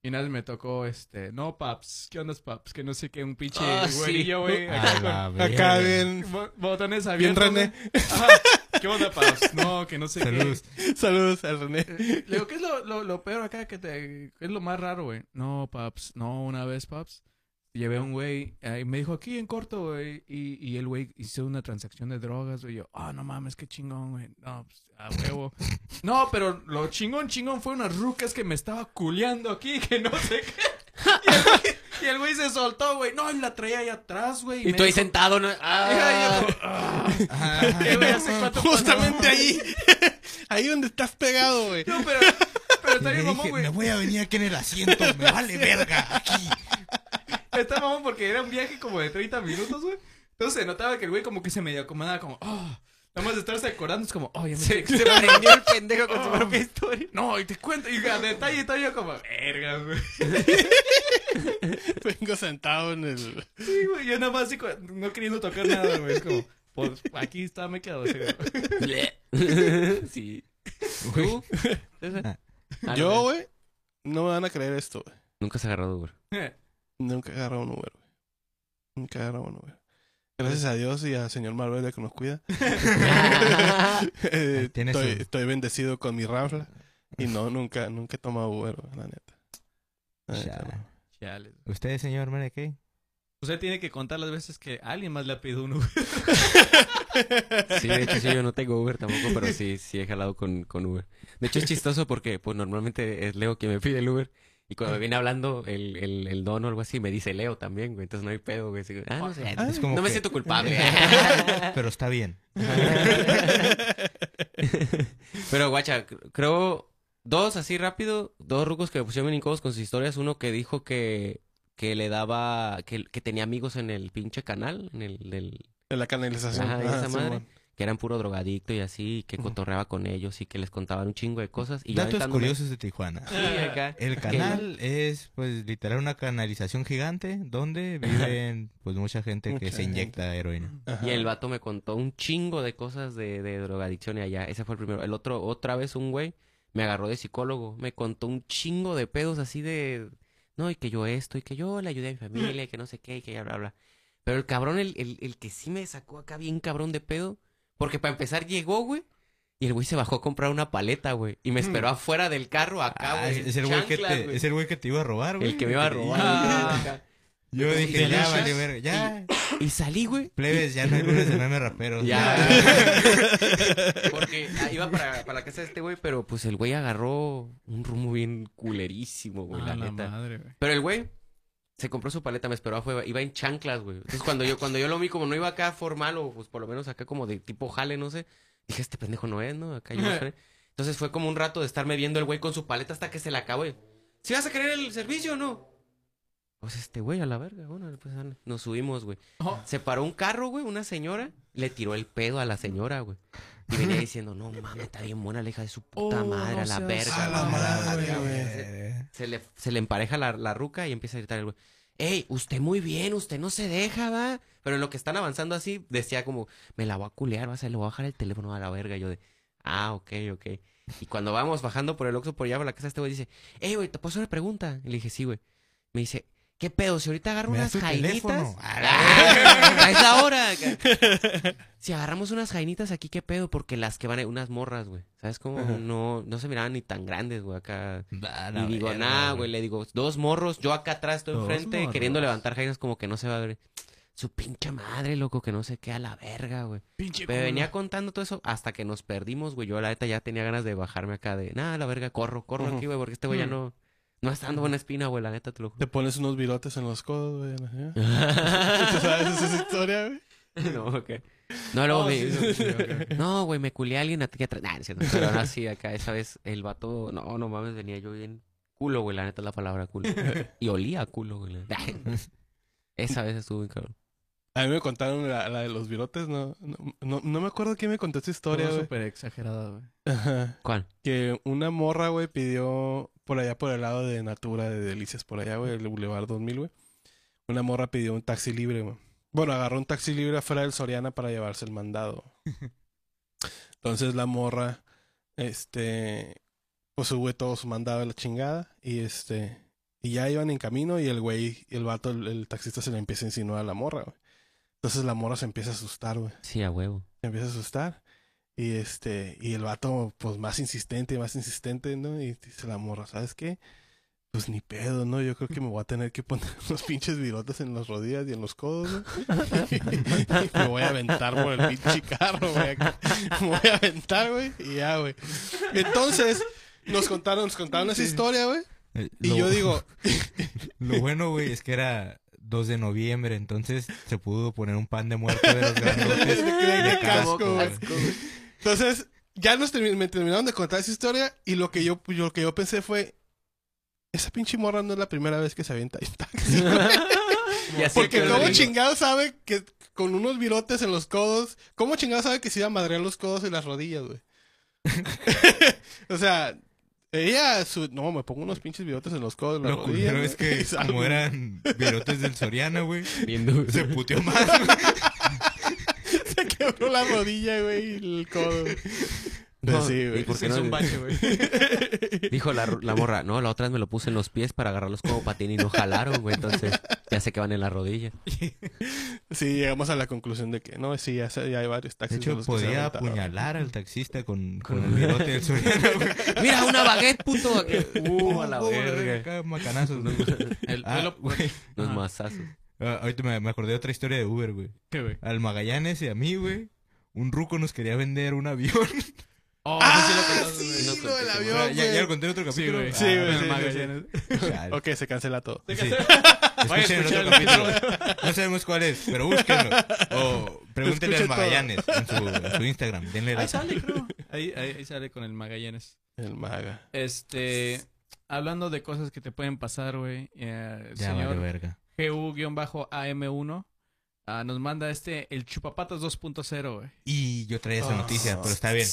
Speaker 3: Y una vez me tocó, este, no, paps, ¿qué onda, paps? Que no sé qué, un pinche
Speaker 1: Ah, sí.
Speaker 3: güerillo, güey,
Speaker 2: A
Speaker 3: acá con-
Speaker 2: la verga.
Speaker 4: Acá bien.
Speaker 3: Bo- Botones
Speaker 4: Bien,
Speaker 3: abiertos.
Speaker 4: René.
Speaker 3: güey. Ajá. ¿Qué onda, Paps? No, que no sé
Speaker 2: Salud.
Speaker 4: Saludos al René.
Speaker 3: qué. Le digo, ¿qué es lo, lo, lo peor acá? que te, ¿Qué es lo más raro, güey? No, Paps. No, una vez, Paps. Llevé a un güey eh, y me dijo, aquí en corto, güey. Y, y el güey hizo una transacción de drogas, güey. Yo, ah, no mames, qué chingón, güey. No, pues, a huevo. No, pero lo chingón, chingón fue unas rucas que me estaba culeando aquí, que no sé qué. Y el güey- Y el güey se soltó, güey. No, y la traía ahí atrás, güey.
Speaker 1: Y
Speaker 3: me
Speaker 1: tú ahí
Speaker 3: dijo-
Speaker 1: sentado, ¿no?
Speaker 3: Ay,
Speaker 1: Ah.
Speaker 3: yo- ah.
Speaker 2: Ajá.
Speaker 3: Eh, güey, hace cuánto
Speaker 4: Justamente
Speaker 3: pasó.
Speaker 4: ahí. Ahí donde estás pegado, güey.
Speaker 3: No, pero, pero está
Speaker 2: Y le
Speaker 3: bien mamón,
Speaker 2: dije,
Speaker 3: güey.
Speaker 2: me voy a venir aquí en el asiento, me vale verga aquí.
Speaker 3: Está mamón porque era un viaje como de 30 minutos, güey. Entonces se notaba que el güey como que se medio acomodaba, como, oh, nada más de estarse acordando, es como, oh, ya me
Speaker 1: Se,
Speaker 3: estoy-
Speaker 1: se prendió el pendejo con su
Speaker 3: Oh.
Speaker 1: propia historia.
Speaker 3: No, y te cuento, y a detalle y todo, yo como, verga, güey.
Speaker 4: Vengo sentado en el.
Speaker 3: Sí, güey, yo nada más así, co- no queriendo tocar nada, güey. Es como, pues aquí está, me quedo así, güey.
Speaker 1: sí.
Speaker 2: Güey,
Speaker 1: ¿Tú? César? Ah,
Speaker 4: Yo,
Speaker 1: no,
Speaker 4: güey. No me van a creer esto, güey.
Speaker 1: Nunca se agarró de Uber.
Speaker 4: Nunca agarré un Uber, güey. Un cabrón, güey. Gracias a Dios y a señor Marvel que nos cuida. Eh,
Speaker 2: Tienes
Speaker 4: estoy,
Speaker 2: un-
Speaker 4: estoy bendecido con mi rafla. Y no, nunca, nunca he tomado Uber, güey, la neta. La neta,
Speaker 2: Chale.
Speaker 4: no.
Speaker 3: Chale.
Speaker 2: ¿Usted, señor Mary Kay?
Speaker 3: Usted tiene que contar las veces que alguien más le ha pedido un Uber.
Speaker 1: Sí, de hecho, sí, yo no tengo Uber tampoco, pero sí, sí he jalado con, con Uber. De hecho, es chistoso porque, pues, normalmente es Leo quien me pide el Uber. Y cuando me viene hablando el, el, el don o algo así, me dice Leo también, güey. Entonces no hay pedo, güey. Así que, ah, no sé,
Speaker 2: Es como
Speaker 1: no me
Speaker 2: que-
Speaker 1: siento culpable.
Speaker 2: Pero está bien.
Speaker 1: Pero, guacha, cr- creo dos así rápido, dos rucos que me pusieron bien incómodos con sus historias. Uno que dijo que, que le daba, que, que tenía amigos en el pinche canal, en el, del-
Speaker 4: En la canalización. Ah,
Speaker 1: Ajá, esa madre.
Speaker 4: Simón.
Speaker 1: que eran puro drogadicto y así, y que
Speaker 4: Ujú.
Speaker 1: cotorreaba con ellos y que les contaban un chingo de cosas. Y yo
Speaker 2: Datos
Speaker 1: aventándome-
Speaker 2: curiosos de Tijuana.
Speaker 1: Sí, acá.
Speaker 2: El
Speaker 1: Que-
Speaker 2: canal es, pues, literal una canalización gigante donde viven, pues, mucha gente que
Speaker 4: Mucha
Speaker 2: se inyecta heroína.
Speaker 4: Ajá.
Speaker 1: Y el vato me contó un chingo de cosas de, de drogadicción y allá. Ese fue el primero. El otro, otra vez un güey me agarró de psicólogo. Me contó un chingo de pedos así de... No, y que yo esto, y que yo le ayudé a mi familia, y que no sé qué, y que ya bla, bla. Pero el cabrón, el, el, el que sí me sacó acá bien cabrón de pedo. Porque para empezar llegó, güey. Y el güey se bajó a comprar una paleta, güey. Y me esperó afuera del carro acá,
Speaker 2: Mm. Ah,
Speaker 1: güey.
Speaker 2: es,
Speaker 1: en
Speaker 2: es el güey que
Speaker 1: chanclas,
Speaker 2: te,
Speaker 1: güey.
Speaker 2: es el güey que te iba a robar, güey.
Speaker 1: El que me iba a robar.
Speaker 3: Ah.
Speaker 2: Yo dije, ya,
Speaker 3: Delicious.
Speaker 2: vale, verga, ya.
Speaker 1: Y salí, güey.
Speaker 2: Plebes, ya no hay lunes de meme raperos.
Speaker 1: Ya. Porque ah, iba para, para la casa de este güey, pero pues el güey agarró un rumbo bien culerísimo, güey, la
Speaker 3: Ah, la
Speaker 1: neta.
Speaker 3: madre, güey.
Speaker 1: Pero el güey se compró su paleta, me esperó afuera, iba en chanclas, güey. Entonces cuando yo, cuando yo lo vi, como no iba acá formal, o pues por lo menos acá como de tipo jale, no sé, dije, este pendejo no es, ¿no? Acá yo me esperé. Entonces fue como un rato de estarme viendo el güey con su paleta hasta que se la acabó. ¿Si vas a querer el servicio o no? Pues este güey, a la verga, bueno, pues dale. nos subimos, güey.
Speaker 3: Oh.
Speaker 1: Se paró un carro, güey, una señora, le tiró el pedo a la señora, güey. Y venía diciendo, no mames, está bien buena la hija de su puta
Speaker 3: Oh,
Speaker 1: madre,
Speaker 3: no
Speaker 1: a la
Speaker 3: seas-
Speaker 1: verga.
Speaker 4: A la
Speaker 1: güey".
Speaker 4: madre,
Speaker 1: Acá,
Speaker 4: güey.
Speaker 1: se le, se le empareja la, la ruca y empieza a gritar el güey. Ey, usted muy bien, usted no se deja, va. Pero en lo que están avanzando así, decía como, me la voy a culear, va a ser, le voy a bajar el teléfono a la verga. Y yo de, ah, ok, ok. Y cuando vamos bajando por el Oxxo por allá por la casa, este güey dice, ey, güey, ¿te puedo hacer una pregunta? Y le dije, sí, güey. Me dice, ¿qué pedo? Si ahorita agarro
Speaker 2: ¿Me das
Speaker 1: unas
Speaker 2: tu
Speaker 1: jainitas.
Speaker 2: teléfono?
Speaker 1: A esa hora. ca- Si agarramos unas jainitas aquí, ¿qué pedo? Porque las que van, a- unas morras, güey. ¿Sabes cómo?
Speaker 4: Ajá.
Speaker 1: No, no se miraban ni tan grandes, güey, acá.
Speaker 2: Ah,
Speaker 1: Y
Speaker 2: la
Speaker 1: digo,
Speaker 2: verga,
Speaker 1: nah, güey, le digo, dos morros, yo acá atrás estoy
Speaker 3: Dos
Speaker 1: enfrente,
Speaker 3: morros.
Speaker 1: queriendo levantar jainas como que no se va a ver. Su pinche madre, loco, que no se queda la verga, güey.
Speaker 3: Pinche
Speaker 1: Me
Speaker 3: culo.
Speaker 1: venía contando todo eso hasta que nos perdimos, güey. Yo la neta ya tenía ganas de bajarme acá de, nah, la verga, corro, corro
Speaker 4: Ujú.
Speaker 1: aquí, güey, porque este güey ya
Speaker 3: Mm.
Speaker 1: no, no está dando buena espina, güey, la neta, te lo juro.
Speaker 4: Te pones unos virotes en los codos, güey. ¿no? ¿Tú sabes esa historia, güey?
Speaker 1: no, ok. No, luego
Speaker 3: Oh,
Speaker 1: me-
Speaker 3: sí, sí, sí, ok, ok.
Speaker 1: No, güey, me culé a alguien aquí atrás. Nah, no es cierto. Pero ahora sí, acá esa vez el vato, no, no mames, venía yo bien culo, güey, la neta es la palabra culo. Y olía a culo, güey. la neta. Esa vez estuvo bien cabrón.
Speaker 4: A mí me contaron la, la de los virotes, no, no, no, no me acuerdo quién me contó esa historia,
Speaker 3: Todo
Speaker 4: güey.
Speaker 3: súper exagerado, güey.
Speaker 4: Ajá.
Speaker 1: ¿Cuál?
Speaker 4: Que una morra, güey, pidió por allá por el lado de Natura, de Delicias, por allá, güey, el Boulevard 2000, güey. Una morra pidió un taxi libre, güey. Bueno, agarró un taxi libre afuera del Soriana para llevarse el mandado. Entonces la morra, este, pues sube todo su mandado a la chingada y este, y ya iban en camino y el güey, el vato, el, el taxista se le empieza a insinuar a la morra, güey. Entonces la morra se empieza a asustar, güey
Speaker 1: Sí, a huevo.
Speaker 4: me empieza a asustar. Y este, y el vato, pues más insistente, más insistente, ¿no? Y dice la morra, ¿sabes qué? Pues ni pedo, ¿no? Yo creo que me voy a tener que poner unos pinches virotes en las rodillas y en los codos, güey. y me voy a aventar por el pinche carro, güey. Me voy a aventar, güey. Y ya, güey. Entonces, nos contaron, nos contaron esa historia, güey.
Speaker 2: Eh,
Speaker 4: Y
Speaker 2: lo-
Speaker 4: yo digo,
Speaker 2: Lo bueno, güey, es que era 2 de noviembre, entonces se pudo poner un pan de muerto de los grandotes.
Speaker 4: qué casco, güey.
Speaker 1: Asco, güey.
Speaker 4: Entonces, ya nos termi- me terminaron de contar esa historia y lo que yo, yo- lo que yo pensé fue... Esa pinche morra no es la primera vez que se avienta en taxi.
Speaker 1: Y así
Speaker 4: Porque
Speaker 1: quedó
Speaker 4: cómo
Speaker 1: el-
Speaker 4: chingado sabe que con unos virotes en los codos... ¿Cómo chingado sabe que se iba a madrear los codos y las rodillas, güey? o sea, ella... su- no, me pongo unos pinches virotes en los codos y las
Speaker 2: Lo
Speaker 4: rodillas.
Speaker 2: culero
Speaker 4: güey.
Speaker 2: es que,
Speaker 4: Y
Speaker 2: como
Speaker 4: salgo.
Speaker 2: eran virotes del Soriana, güey,
Speaker 1: Bien duro.
Speaker 2: se puteó más, güey.
Speaker 4: Se quebró la rodilla, güey, y el codo. Pues
Speaker 1: No,
Speaker 4: sí, güey.
Speaker 1: ¿y por qué
Speaker 3: Se hizo
Speaker 1: no?
Speaker 3: un bache, güey.
Speaker 1: Dijo la, la morra, no, la otra vez me lo puse en los pies para agarrarlos como patín y no jalaron, güey. Entonces, Ya sé que van en las rodillas.
Speaker 4: Sí, llegamos a la conclusión de que no, sí, ya, se- ya hay varios
Speaker 2: De
Speaker 4: taxis. de
Speaker 2: hecho,
Speaker 4: los que se han
Speaker 2: podía
Speaker 4: aventado.
Speaker 2: apuñalar al taxista con, con el bigote del soriano.
Speaker 1: Mira, una baguette, puto. Uh, a la
Speaker 2: Oh,
Speaker 1: verga.
Speaker 2: acá, Macanazos, ¿no?
Speaker 3: El
Speaker 2: Ah,
Speaker 3: pelo-
Speaker 2: güey.
Speaker 1: Los
Speaker 3: Ajá.
Speaker 1: mazazos.
Speaker 2: Ah, ahorita me, me acordé de otra historia de Uber, güey.
Speaker 3: ¿Qué, güey?
Speaker 2: Al Magallanes y a mí, güey. Un ruco nos quería vender un avión.
Speaker 3: Oh,
Speaker 4: ¡Ah,
Speaker 3: sí,
Speaker 4: sí,
Speaker 1: no sé
Speaker 4: lo del
Speaker 1: qué-
Speaker 4: avión,
Speaker 2: ya, ya
Speaker 4: güey.
Speaker 2: lo conté en otro capítulo.
Speaker 3: güey.
Speaker 4: Sí,
Speaker 2: Ah,
Speaker 4: güey, sí,
Speaker 3: el
Speaker 4: sí,
Speaker 3: Magallanes.
Speaker 2: chale.
Speaker 4: Ok, se cancela todo.
Speaker 2: Sí.
Speaker 3: Vaya,
Speaker 2: Escuchen el
Speaker 3: escuchen
Speaker 2: otro
Speaker 3: el
Speaker 2: capítulo. No sabemos cuál es, pero búsquenlo. O pregúntenle al
Speaker 4: Escuchen todo.
Speaker 2: Magallanes en su, en su Instagram. Denle
Speaker 3: Ahí
Speaker 2: la...
Speaker 3: sale, creo. Ahí, ahí, ahí sale con el Magallanes.
Speaker 4: El maga.
Speaker 3: Este, hablando de cosas que te pueden pasar, güey. eh, el
Speaker 2: Ya vale
Speaker 3: señor
Speaker 2: verga.
Speaker 3: GU-AM1 ah, nos manda este, el Chupapatas 2.0, güey.
Speaker 2: Y yo traía esa
Speaker 4: Ah.
Speaker 2: noticia, pero está bien.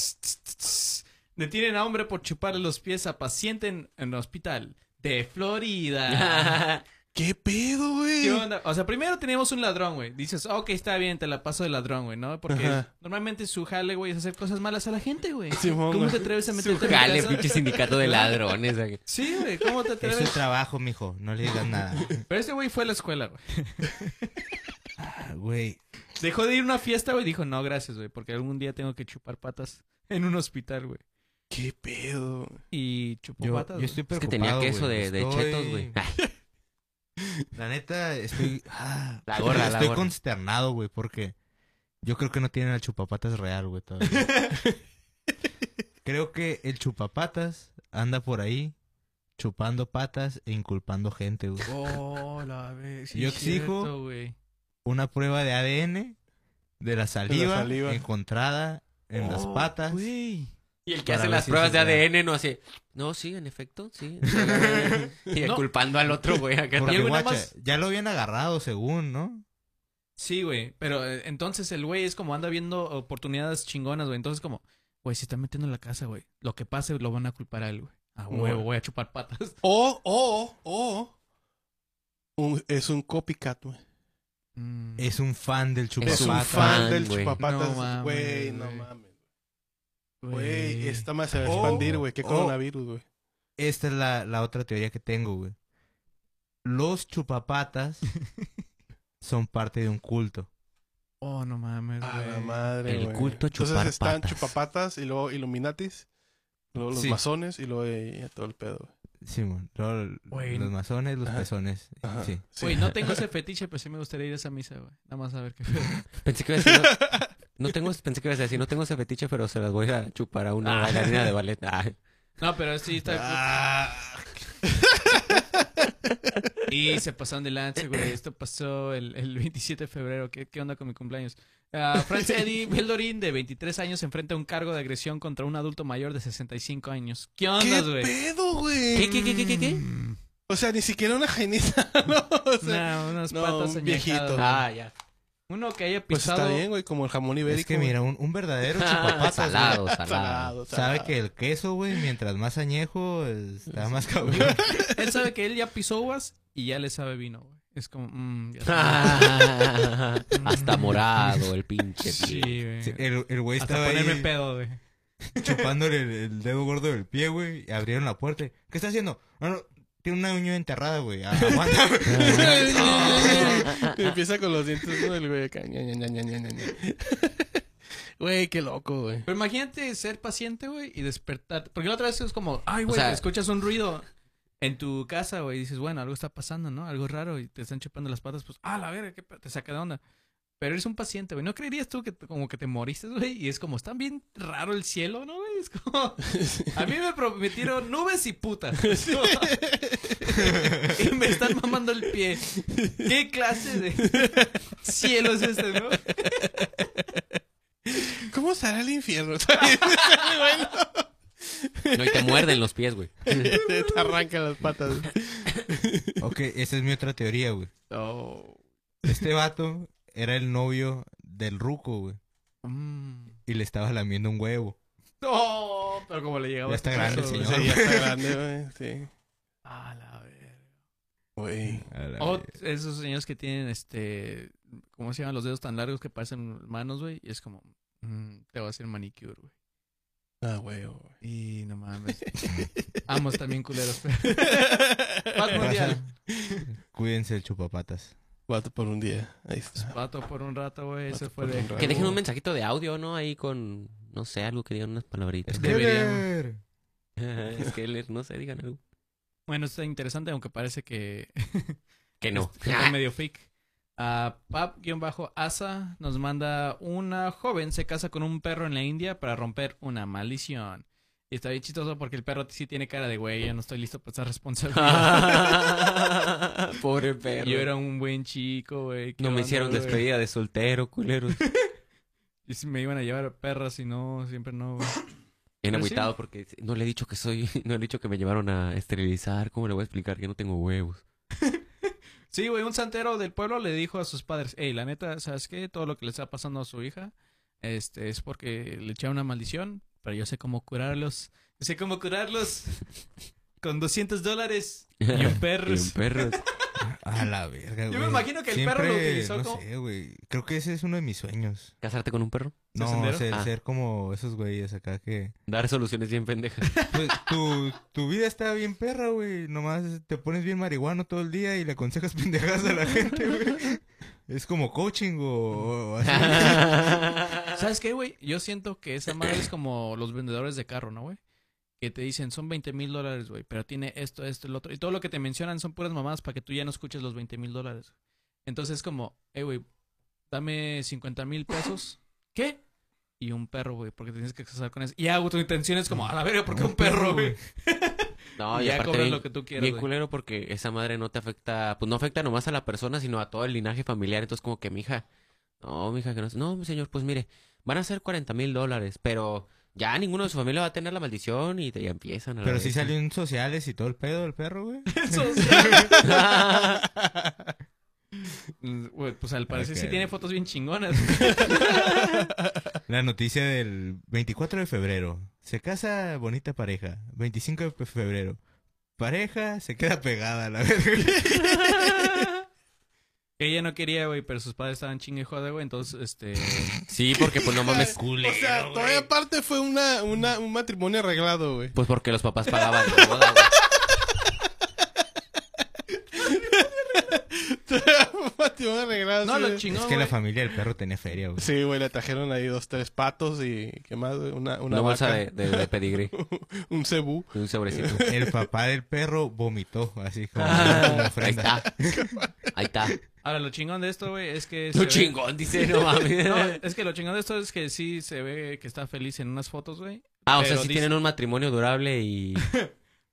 Speaker 3: Detienen a hombre por chuparle los pies a paciente en, en hospital de Florida.
Speaker 4: ¿Qué pedo, güey?
Speaker 3: ¿Qué onda? O sea, primero teníamos un ladrón, güey. Dices, ok, está bien, te la paso de ladrón, güey, ¿no? Porque
Speaker 4: Ajá.
Speaker 3: normalmente su jale, güey, es hacer cosas malas a la gente, güey.
Speaker 4: Simón,
Speaker 3: ¿Cómo
Speaker 4: güey.
Speaker 3: te atreves a meterte en mi
Speaker 1: Jale,
Speaker 3: casa?
Speaker 1: pinche sindicato de ladrones. aquí.
Speaker 3: Sí, güey, ¿cómo te
Speaker 2: Es su
Speaker 3: atreves?
Speaker 2: trabajo, mijo. No le digas nada.
Speaker 3: Pero este güey fue a la escuela, güey.
Speaker 2: Ah, Güey.
Speaker 3: Dejó de ir a una fiesta, güey, y dijo, no, gracias, güey, porque algún día tengo que chupar patas en un hospital, güey.
Speaker 4: ¿Qué pedo?
Speaker 3: Y chupó
Speaker 2: Yo,
Speaker 3: patas.
Speaker 2: yo estoy
Speaker 1: Es que
Speaker 2: preocupado,
Speaker 1: tenía queso
Speaker 2: güey.
Speaker 1: de, de
Speaker 2: Estoy-
Speaker 1: chetos, güey.
Speaker 2: La neta, estoy... ah,
Speaker 1: La gorra, la
Speaker 2: Estoy
Speaker 1: gorra.
Speaker 2: consternado, güey, porque... Yo creo que no tienen al chupapatas real, güey, todavía. creo que el chupapatas anda por ahí chupando patas e inculpando gente, güey.
Speaker 3: Oh, la vez.
Speaker 2: Yo exijo- Una prueba de ADN de la saliva,
Speaker 4: saliva.
Speaker 2: encontrada en las patas.
Speaker 3: Oh, Güey.
Speaker 1: Y el que
Speaker 2: Para
Speaker 1: hace
Speaker 2: ver
Speaker 1: las
Speaker 2: si
Speaker 1: pruebas de
Speaker 2: eso es real.
Speaker 1: ADN no hace. No, sí, en efecto, sí. y
Speaker 3: No.
Speaker 1: culpando al otro, güey. Acá
Speaker 2: Porque,
Speaker 1: también.
Speaker 3: alguna
Speaker 2: guacha,
Speaker 3: más?
Speaker 2: ya lo habían agarrado, según, ¿no?
Speaker 3: Sí, güey. Pero eh, entonces el güey es como anda viendo oportunidades chingonas, güey. Entonces, como, güey, se está metiendo en la casa, güey. Lo que pase lo van a culpar a él, güey. A huevo,
Speaker 4: Bueno.
Speaker 3: voy a chupar patas.
Speaker 4: O, o, o. un- es un copycat, güey.
Speaker 3: Mm.
Speaker 2: Es un fan del
Speaker 1: Es
Speaker 4: Es
Speaker 2: chupapatas.
Speaker 4: un fan,
Speaker 1: fan,
Speaker 4: del
Speaker 1: güey.
Speaker 3: No
Speaker 4: chupapatas.
Speaker 3: mames,
Speaker 4: Güey, no
Speaker 3: güey.
Speaker 4: mames. Güey, esta más se va a
Speaker 2: Oh.
Speaker 4: expandir, güey. Qué
Speaker 2: Oh.
Speaker 4: coronavirus, güey.
Speaker 2: Esta es la, la otra teoría que tengo, güey. Los chupapatas son parte de un culto.
Speaker 3: Oh, no mames,
Speaker 4: A la
Speaker 3: güey.
Speaker 4: madre,
Speaker 1: El
Speaker 4: güey.
Speaker 1: culto a chupar
Speaker 4: Entonces están
Speaker 1: patas.
Speaker 4: chupapatas y luego Illuminatis. Luego los
Speaker 2: Sí.
Speaker 4: masones y luego eh, todo el pedo, güey.
Speaker 2: Simón, Luego l-
Speaker 3: Güey.
Speaker 2: los masones, los
Speaker 4: Ajá.
Speaker 2: pezones.
Speaker 4: Ajá.
Speaker 2: Sí.
Speaker 4: Sí.
Speaker 3: Güey, no tengo ese fetiche, pero sí me gustaría ir a esa misa, güey. Nada más a ver qué pedo.
Speaker 1: Pensé que ibas a decir. No, no tengo, pensé que ibas a decir, no tengo ese fetiche, pero se las voy a chupar a una
Speaker 3: Ah.
Speaker 1: bailarina de ballet. Ah.
Speaker 3: No, pero sí está.
Speaker 2: Ah.
Speaker 3: Ah, Y se pasaron de lance, güey. Esto pasó el, el 27 de febrero. ¿Qué, qué onda con mi cumpleaños? Ah, Francia Eddie Beldorín, de 23 años, enfrenta un cargo de agresión contra un adulto mayor de 65 años. ¿Qué
Speaker 4: ¿Qué
Speaker 3: onda, güey?
Speaker 4: pedo, güey?
Speaker 1: ¿Qué, qué, qué, qué, qué, qué?
Speaker 4: O sea, ni siquiera una jainita, ¿no? O sea,
Speaker 3: No, unas
Speaker 4: no,
Speaker 3: patas
Speaker 4: un viejito.
Speaker 3: añejadas.
Speaker 1: Ah, ya.
Speaker 3: Uno que haya
Speaker 4: pues
Speaker 3: pisado.
Speaker 4: está bien, güey, como el jamón ibérico.
Speaker 2: Es que
Speaker 4: güey.
Speaker 2: mira, un, un verdadero
Speaker 1: Ah,
Speaker 2: chupapatas, güey,
Speaker 1: salado, salado.
Speaker 4: Salado,
Speaker 2: Sabe
Speaker 4: salado.
Speaker 2: que el queso, güey, mientras más añejo, está más cabrón.
Speaker 3: él sabe que él ya pisó uvas y ya le sabe vino, güey. Es como, mmm, ya sabe.
Speaker 1: Ah, hasta morado, el pinche.
Speaker 3: Sí,
Speaker 1: pie.
Speaker 3: güey.
Speaker 2: Sí, el, el güey
Speaker 3: Hasta
Speaker 2: estaba ahí
Speaker 3: ponerme pedo, güey.
Speaker 2: chupándole el, el dedo gordo del pie, güey. y abrieron la puerta. y, ¿Qué está haciendo? No, no, tiene una uña enterrada, güey. a- Aguanta.
Speaker 4: Ah. Y Empieza con los dientes, ¿no? El güey acá. ña, ña, ña, ña, ña, ña, ña. Güey, qué loco, güey.
Speaker 3: Pero imagínate ser paciente, güey, y despertarte. Porque la otra vez es como, ay, güey,
Speaker 1: sea-
Speaker 3: escuchas un ruido en tu casa, güey, y dices, bueno, algo está pasando, ¿no? Algo raro, y te están chupando las patas, pues, ah, la verga, qué pe- te saca de onda. Pero eres un paciente, güey. ¿No creerías tú que te- como que te moriste, güey? Y es como, está bien raro el cielo, ¿no, güey? Es como, a mí me prometieron nubes y putas. y me están mamando el pie. ¿Qué clase de cielo es este, no?
Speaker 4: ¿Cómo estará el infierno?
Speaker 1: No, y te muerden los pies, güey.
Speaker 4: te te arrancan las patas.
Speaker 2: ok, esa es mi otra teoría, güey.
Speaker 3: Oh.
Speaker 2: Este vato era el novio del ruco, güey.
Speaker 3: Mm.
Speaker 2: Y le estaba lamiendo un huevo.
Speaker 3: No, pero como le llegaba
Speaker 2: Ya está
Speaker 3: este
Speaker 2: grande el
Speaker 3: peso,
Speaker 4: Sí,
Speaker 2: señor.
Speaker 3: güey.
Speaker 4: ya está grande, güey. Sí.
Speaker 3: Ah, la verga.
Speaker 4: Güey.
Speaker 2: A la
Speaker 3: O
Speaker 2: verga.
Speaker 3: esos señores que tienen este. ¿Cómo se llaman los dedos tan largos que parecen manos, güey? Y es como. mm, te voy a hacer manicure, güey.
Speaker 4: Ah, güey, güey.
Speaker 3: Y no mames. Amos también culeros. Paz
Speaker 2: Raza,
Speaker 3: mundial.
Speaker 2: Cuídense del chupapatas.
Speaker 4: Vato por un día. Ahí está.
Speaker 3: Vato por un rato, güey. Ese
Speaker 4: Vato
Speaker 3: fue
Speaker 4: por
Speaker 3: de...
Speaker 4: un rato.
Speaker 1: Que dejen un mensajito de audio, ¿no? Ahí con, no sé, algo que digan unas palabritas.
Speaker 2: Este, Debería.
Speaker 1: es que leer, no sé, digan algo.
Speaker 3: Bueno, está interesante, aunque parece que
Speaker 1: Que no.
Speaker 3: que está medio fake. Ah, Pap-Asa nos manda una joven se casa con un perro en la India para romper una maldición. Y está bien chistoso porque el perro sí tiene cara de güey, yo no estoy listo para esa responsabilidad.
Speaker 1: Pobre perro.
Speaker 3: yo era un buen chico, güey. ¿qué
Speaker 1: No me
Speaker 3: onda,
Speaker 1: hicieron
Speaker 3: güey?
Speaker 1: despedida de soltero, culeros.
Speaker 3: Y si me iban a llevar perras y no, siempre no. güey.
Speaker 1: Bien
Speaker 3: Pero
Speaker 1: agüitado porque no le he dicho que soy, no le he dicho que me llevaron a esterilizar. ¿Cómo le voy a explicar que no tengo huevos?
Speaker 3: Sí, güey, un santero del pueblo le dijo a sus padres, hey, la neta, ¿sabes qué? Todo lo que le está pasando a su hija este, es porque le echaron una maldición, pero yo sé cómo curarlos. Yo sé cómo curarlos con 200 dólares y un perro.
Speaker 1: Y un perro.
Speaker 2: A la verga, güey.
Speaker 3: me imagino que el perro lo
Speaker 2: Siempre,
Speaker 3: utilizó
Speaker 2: No
Speaker 3: como-
Speaker 2: sé, güey. Creo que ese es uno de mis sueños.
Speaker 1: ¿Casarte con un perro?
Speaker 2: No,
Speaker 3: sendero?
Speaker 2: o sea, el
Speaker 1: Ah.
Speaker 2: ser como esos güeyes acá que...
Speaker 1: Dar soluciones bien pendejas.
Speaker 2: Pues tu, tu vida está bien perra, güey. Nomás te pones bien marihuano todo el día y le aconsejas pendejadas a la gente, güey. Es como coaching o, o así.
Speaker 3: ¿Sabes qué, güey? Yo siento que esa madre es como los vendedores de carro, ¿no, güey? Que te dicen, son 20 mil dólares, güey, pero tiene esto, esto, el otro. Y todo lo que te mencionan son puras mamadas para que tú ya no escuches los 20 mil dólares. Entonces es como, hey, güey, dame 50 mil pesos. ¿Qué? Y un perro, güey, porque tienes que casar con eso. Y hago tu intención es como, a la verga, porque un perro, güey.
Speaker 1: No,
Speaker 3: y
Speaker 1: y,
Speaker 3: ya
Speaker 1: aparte
Speaker 3: cobras
Speaker 1: bien,
Speaker 3: lo que tú quieras,
Speaker 1: bien
Speaker 3: güey.
Speaker 1: culero porque esa madre no te afecta, pues no afecta nomás a la persona, sino a todo el linaje familiar. Entonces como que mija, no, mija, que no, no, señor, pues mire, van a ser 40 mil dólares, pero ya ninguno de su familia va a tener la maldición y te, ya empiezan a la
Speaker 2: Pero sí
Speaker 1: vez.
Speaker 2: salieron sociales y todo el pedo del perro, güey.
Speaker 3: Eso, sí. Güey, pues al parecer sí
Speaker 2: Ok.
Speaker 3: tiene fotos bien chingonas.
Speaker 2: La noticia del 24 de febrero. Se casa bonita pareja. 25 de febrero. Pareja se queda pegada, la verga.
Speaker 3: Que ella no quería, güey, pero sus padres estaban chingue y joda, güey. Entonces, este.
Speaker 1: Sí, porque pues no mames,
Speaker 4: O sea, todavía aparte fue una, una, un matrimonio arreglado, güey.
Speaker 1: pues porque los papás pagaban la boda, güey.
Speaker 4: un matrimonio arreglado.
Speaker 3: No,
Speaker 4: sí,
Speaker 3: lo
Speaker 4: güey.
Speaker 3: chingón.
Speaker 2: Es que la
Speaker 3: güey.
Speaker 2: familia del perro tenía feria, güey.
Speaker 4: Sí, güey, le trajeron ahí dos, tres patos y qué más, güey? una, una
Speaker 1: Una bolsa
Speaker 4: vaca,
Speaker 1: de, de, de pedigrí,
Speaker 4: un cebú.
Speaker 1: de un sobrecito.
Speaker 2: El papá del perro vomitó, así como como
Speaker 1: Ah, ahí
Speaker 2: ofrenda.
Speaker 1: está. Ahí está.
Speaker 3: Ahora, lo chingón de esto, güey, es que. se
Speaker 1: Lo
Speaker 3: ve-
Speaker 1: chingón, dice, no mames.
Speaker 3: No, es que lo chingón de esto es que sí se ve que está feliz en unas fotos, güey.
Speaker 1: ah, o sea,
Speaker 3: pero
Speaker 1: sí
Speaker 3: dice-
Speaker 1: tienen un matrimonio durable y...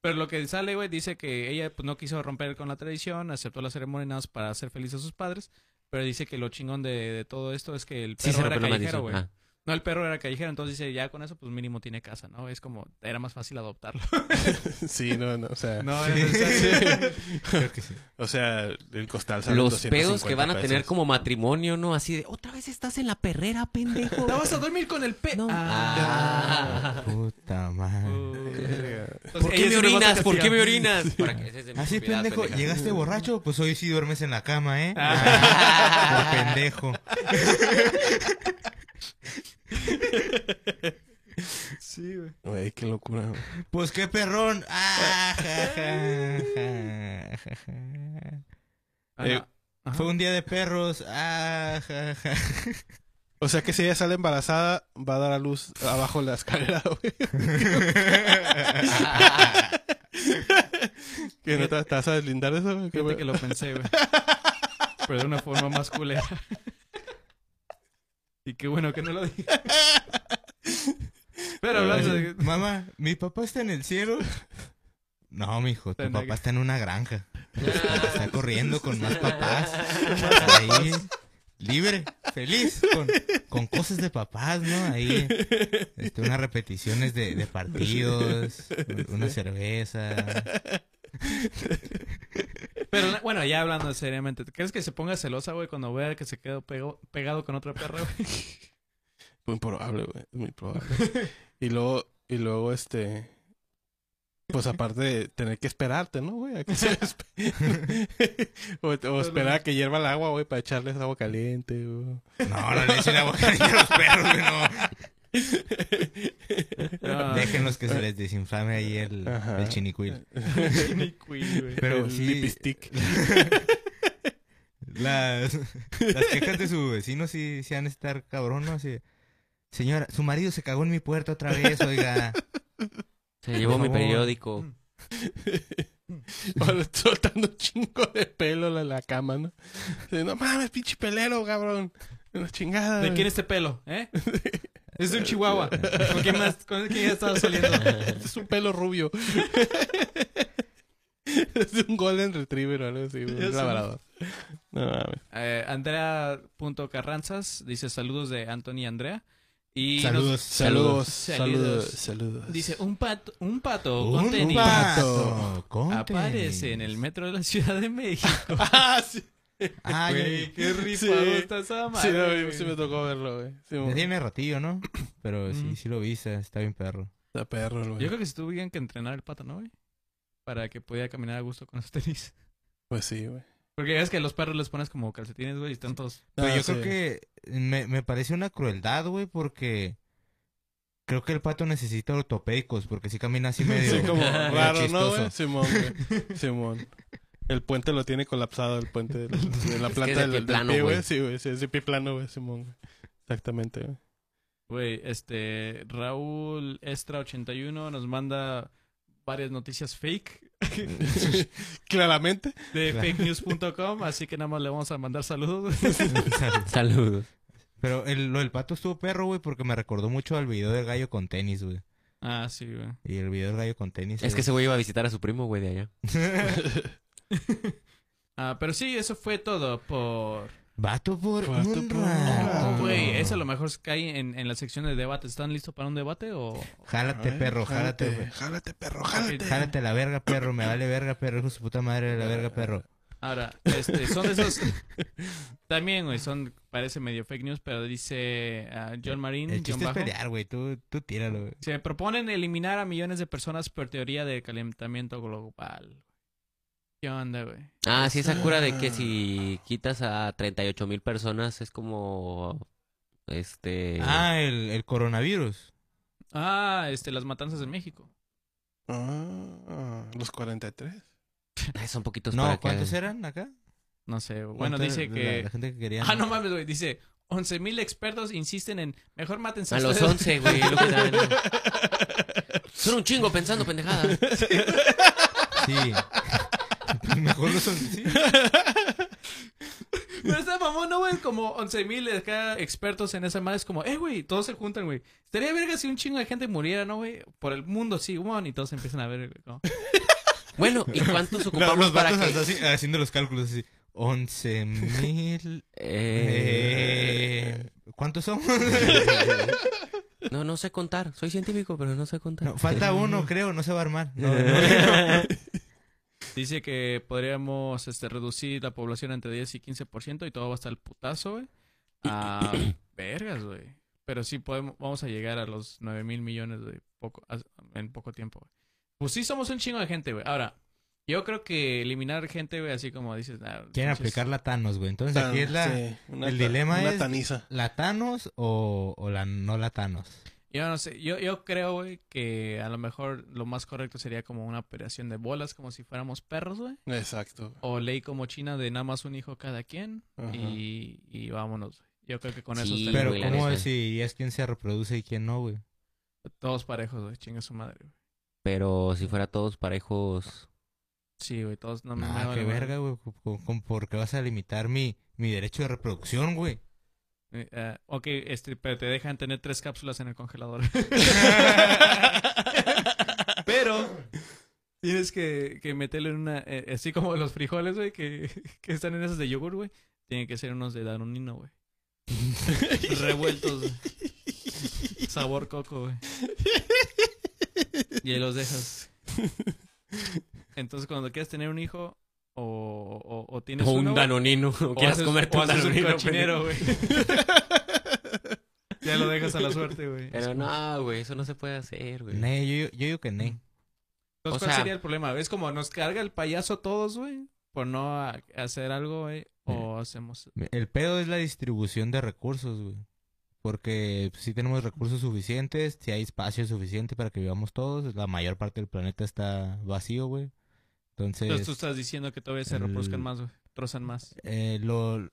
Speaker 3: Pero lo que sale, güey, dice que ella pues, no quiso romper con la tradición, aceptó las ceremonias para hacer feliz a sus padres. Pero dice que lo chingón de, de todo esto es que el
Speaker 1: Sí
Speaker 3: perro
Speaker 1: se
Speaker 3: era
Speaker 1: rompió la maldición.
Speaker 3: callejero, güey.
Speaker 1: Ah.
Speaker 3: No, el perro era callejero, entonces dice, ya con eso, pues mínimo tiene casa, ¿no? Es como, era más fácil adoptarlo.
Speaker 4: Sí, no, no, o sea.
Speaker 3: No,
Speaker 2: Sí.
Speaker 3: era necesario.
Speaker 2: Creo que sí.
Speaker 4: O sea, el costal sale en
Speaker 1: Los pedos que
Speaker 4: 250
Speaker 1: van a tener
Speaker 4: pesos.
Speaker 1: como matrimonio, ¿no? Así de, otra vez estás en la perrera, pendejo.
Speaker 3: Te vas a dormir con el pe...
Speaker 1: No. Ah.
Speaker 2: Puta madre.
Speaker 1: ¿Por qué me orinas? ¿Por qué me orinas? Para que ese es de mi
Speaker 2: Así,
Speaker 1: propiedad,
Speaker 2: pendejo,
Speaker 1: pendeja.
Speaker 2: llegaste borracho, pues hoy sí duermes en la cama, ¿eh?
Speaker 1: Ah.
Speaker 2: Por pendejo.
Speaker 3: Sí, güey.
Speaker 4: Güey, qué locura. güey.
Speaker 2: Pues qué perrón. Ah, ja, ja, ja, ja, ja.
Speaker 3: Ah,
Speaker 4: Eh,
Speaker 3: Ajá.
Speaker 2: Fue un día de perros. Ah, ja, ja.
Speaker 4: O sea que si ella sale embarazada, va a dar a luz abajo de la escalera, güey. ¿Que no te, te vas a deslindar de eso, güey? Qué
Speaker 3: Fíjate
Speaker 4: bueno.
Speaker 3: que lo pensé, güey. Pero de una forma más culera. Y qué bueno que no lo dije. Pero hablando de...
Speaker 2: Mamá, ¿mi papá está en el cielo? No, mijo, tu papá está en una granja. Está corriendo con más papás. Ahí, libre, feliz, con, con cosas de papás, ¿no? Ahí, este, unas repeticiones de, de partidos, una cerveza.
Speaker 3: Pero na- bueno, ya hablando seriamente. ¿Crees que se ponga celosa, güey, cuando vea que se quedó pego- pegado con otra perra, güey?
Speaker 4: Muy probable, güey. es Muy probable. Y luego, y luego, este. Pues aparte de tener que esperarte, ¿no, güey? A que se despe- o, o esperar a que hierva el agua, güey, para echarles agua caliente, güey.
Speaker 2: No, no le echen agua caliente a los perros, güey, no.
Speaker 3: No,
Speaker 2: Déjenlos que se les desinflame ahí el,
Speaker 4: Ah. Ajá.
Speaker 2: el chinicuil.
Speaker 3: ni cuil, güey.
Speaker 2: Pero
Speaker 4: El
Speaker 2: sí.
Speaker 4: Lipistick.
Speaker 2: Las, las quejas de su vecino sí, sí han de estar cabrón, ¿no? Así, Señora, su marido se cagó en mi puerta otra vez, oiga.
Speaker 1: Se llevó
Speaker 2: Por
Speaker 1: mi
Speaker 2: favor.
Speaker 1: periódico.
Speaker 4: Ahora soltando un chingo de pelo la, la cama, ¿no? Dice, No mames, pinche pelero, cabrón. Una chingada.
Speaker 3: ¿De
Speaker 4: güey".
Speaker 3: quién es este pelo? ¿Eh? Es de un chihuahua. ¿Con quién más? ¿Con quién ya estaba saliendo?
Speaker 4: Este es un pelo rubio. es de un golden retriever o algo así, güey,
Speaker 3: Ya
Speaker 4: un
Speaker 3: sé.
Speaker 4: labrador. No mames.
Speaker 3: Eh, Andrea.carranzas dice saludos de Anthony Andrea. Y nos
Speaker 2: Saludos.
Speaker 4: Saludos, saludos,
Speaker 3: Saludos.
Speaker 4: saludos.
Speaker 3: dice un pato, un pato
Speaker 2: Un
Speaker 3: con tenis
Speaker 2: vato con
Speaker 3: aparece en
Speaker 2: tenis.
Speaker 3: el metro de la Ciudad de México.
Speaker 4: ah, sí.
Speaker 2: Ah, ya
Speaker 3: Güey,
Speaker 2: vi.
Speaker 3: qué rifado
Speaker 4: Sí.
Speaker 3: está esa
Speaker 4: Sí, no,
Speaker 3: madre.
Speaker 4: güey, sí me tocó verlo, güey. Sí,
Speaker 2: Ya
Speaker 4: güey.
Speaker 2: tiene ratillo, ¿no? Pero sí,
Speaker 3: Mm.
Speaker 2: sí lo viste, está bien perro.
Speaker 4: Está perro, güey.
Speaker 3: Yo creo que se tuvieron que entrenar el pato, ¿no, güey? Para que pudiera caminar a gusto con los tenis.
Speaker 4: Pues sí, güey.
Speaker 3: Porque ya ves que a los perros les pones como calcetines, güey, y están todos...
Speaker 2: Pero
Speaker 4: Ah,
Speaker 2: yo
Speaker 4: sí.
Speaker 2: creo que me, me parece una crueldad, güey, porque creo que el pato necesita ortopédicos, porque si camina así medio.
Speaker 4: Sí, como
Speaker 2: medio
Speaker 4: raro,
Speaker 2: chistoso.
Speaker 4: ¿no, güey? Simón, güey. Simón. El puente lo tiene colapsado, el puente de la, de la
Speaker 1: Es que
Speaker 4: planta
Speaker 1: es de
Speaker 4: del,
Speaker 1: pie
Speaker 4: del
Speaker 1: plano,
Speaker 4: pie, güey.
Speaker 1: güey.
Speaker 4: Sí, güey, sí, es de pie plano, güey, Simón. güey. Exactamente, güey.
Speaker 3: Güey, este... Raúl Estra81 nos manda varias noticias fake
Speaker 4: Claramente.
Speaker 3: de
Speaker 2: Claro.
Speaker 3: fakenews.com, así que nada más le vamos a mandar saludos.
Speaker 1: Saludos.
Speaker 2: Pero el- lo del pato estuvo perro, güey, porque me recordó mucho al video del gallo con tenis, güey.
Speaker 3: ah, sí, güey.
Speaker 2: Y el video del gallo con tenis.
Speaker 1: Es que ese güey iba a visitar a su primo, güey, de allá.
Speaker 3: Ah, pero sí, eso fue todo por...
Speaker 2: Vato por
Speaker 4: Vato
Speaker 2: un
Speaker 4: por un
Speaker 2: rato.
Speaker 4: rato.
Speaker 3: Güey, eso a lo mejor cae en, en la sección de debate. ¿Están listos para un debate o...?
Speaker 2: Jálate, perro, jálate,
Speaker 4: Jálate,
Speaker 2: güey.
Speaker 4: jálate, perro, jálate.
Speaker 2: Jálate la verga, perro. Me vale verga, perro. Hijo de su puta madre, la verga, perro.
Speaker 3: Ahora, este, son de esos. También, güey, son. Parece medio fake news, pero dice ah, John Marín.
Speaker 2: El
Speaker 3: John
Speaker 2: chiste es
Speaker 3: Bajo,
Speaker 2: pelear, güey. Tú, tú tíralo, güey.
Speaker 3: Se proponen eliminar a millones de personas por teoría de calentamiento global. ¿Qué onda, güey?
Speaker 1: Ah, sí, esa cura de que
Speaker 2: Ah.
Speaker 1: si quitas a 38 mil personas es como. Este.
Speaker 2: Ah, el, el coronavirus.
Speaker 3: Ah, este, las matanzas en México.
Speaker 4: Ah, los 43.
Speaker 1: ay, son poquitos para
Speaker 2: No,
Speaker 1: que
Speaker 2: ¿cuántos
Speaker 1: hagan.
Speaker 2: eran acá?
Speaker 3: No sé, güey. Bueno,
Speaker 2: ¿Cuánto
Speaker 3: dice
Speaker 2: era
Speaker 3: que.
Speaker 2: La, la gente que quería.
Speaker 3: Ah, no mames, güey. Dice: 11.000 expertos insisten en. Mejor mátense
Speaker 1: A los
Speaker 3: ustedes".
Speaker 1: 11, güey. lo que saben, ¿no? Son un chingo pensando pendejadas.
Speaker 2: Sí. Mejor los son. Sí.
Speaker 3: Pero está mamón, ¿no, güey? Como 11.000 acá expertos en esa madre. Es como, eh, güey, todos se juntan, güey. Estaría verga si un chingo de gente muriera, ¿no, güey? Por el mundo, sí, human, y todos se empiezan a ver, güey. como,
Speaker 1: Bueno, ¿y cuántos
Speaker 2: Los,
Speaker 1: ocupamos
Speaker 2: los
Speaker 1: para
Speaker 2: vatos
Speaker 1: que.?
Speaker 2: así, haciendo los cálculos así. Once mil.
Speaker 1: Eh,
Speaker 2: eh, ¿Cuántos son?
Speaker 1: No, no sé contar. Soy científico, pero no sé contar.
Speaker 2: No, falta uno, creo. No se va a armar. No,
Speaker 1: Eh.
Speaker 3: Dice que podríamos este, reducir la población entre 10 y 15% y todo va hasta el putazo, güey. Ah, vergas, güey. Pero sí podemos, vamos a llegar a los 9 mil millones de poco, as- en poco tiempo, güey. Pues sí somos un chingo de gente, güey. Ahora, yo creo que eliminar gente, güey, así como dices... ah,
Speaker 2: Quieren
Speaker 3: pinches-
Speaker 2: aplicar la Thanos, güey. Entonces aquí es la,
Speaker 4: Sí, una
Speaker 2: el
Speaker 4: ta-
Speaker 2: dilema
Speaker 4: una
Speaker 2: es-
Speaker 4: taniza.
Speaker 2: la Thanos o, o la no la Thanos.
Speaker 3: Yo no sé, yo, yo creo, güey, que a lo mejor lo más correcto sería como una operación de bolas, como si fuéramos perros, güey.
Speaker 4: Exacto.
Speaker 3: O ley como China de nada más un hijo cada quien
Speaker 4: Ajá.
Speaker 3: y, y vámonos. güey. Yo creo que con eso
Speaker 1: Sí,
Speaker 3: tenemos
Speaker 2: Pero
Speaker 1: güey, la
Speaker 2: ¿cómo
Speaker 1: neta.
Speaker 2: si es quién se reproduce y quién no, güey?
Speaker 3: todos parejos, güey, chinga su madre. güey.
Speaker 1: Pero si fuera todos parejos.
Speaker 3: Sí, güey, todos no
Speaker 2: Nah,
Speaker 3: vale,
Speaker 2: qué
Speaker 3: güey.
Speaker 2: verga, güey. con- con- ¿Por qué vas a limitar mi, mi derecho de reproducción, güey?
Speaker 3: Eh, ah, ok, este, pero te dejan tener tres cápsulas en el congelador. pero tienes que, que meterlo en una. eh, así como los frijoles, güey, que, que están en esos de yogur, güey. Tienen que ser unos de Danonino, güey. Revueltos. güey. Sabor coco, güey. Y ahí los dejas. Entonces, cuando quieras tener un hijo o, o, o tienes
Speaker 1: O
Speaker 3: uno,
Speaker 1: un
Speaker 3: güey,
Speaker 1: danonino. O
Speaker 3: o
Speaker 1: quieras
Speaker 3: haces-
Speaker 1: comerte
Speaker 3: o
Speaker 1: un
Speaker 3: haces
Speaker 1: danonino.
Speaker 3: cochinero, güey. ya lo dejas a la suerte, güey.
Speaker 1: Pero no, güey, eso no se puede hacer, güey.
Speaker 2: Nah, yo, yo- yo digo que
Speaker 1: Mm,
Speaker 2: no.
Speaker 3: Entonces,
Speaker 1: O
Speaker 3: pues, ¿cuál
Speaker 1: sea-
Speaker 3: sería el problema? ¿Ves como nos carga el payaso a todos, güey? Por no a- hacer algo, güey. O hacemos...
Speaker 2: El pedo es la distribución de recursos, güey. Porque si tenemos recursos suficientes, si hay espacio suficiente para que vivamos todos, la mayor parte del planeta está vacío, güey.
Speaker 3: Entonces tú
Speaker 2: Entonces,
Speaker 3: estás diciendo que todavía se
Speaker 2: el-
Speaker 3: reproduzcan más, güey. Trozan más.
Speaker 2: eh, lo, eh,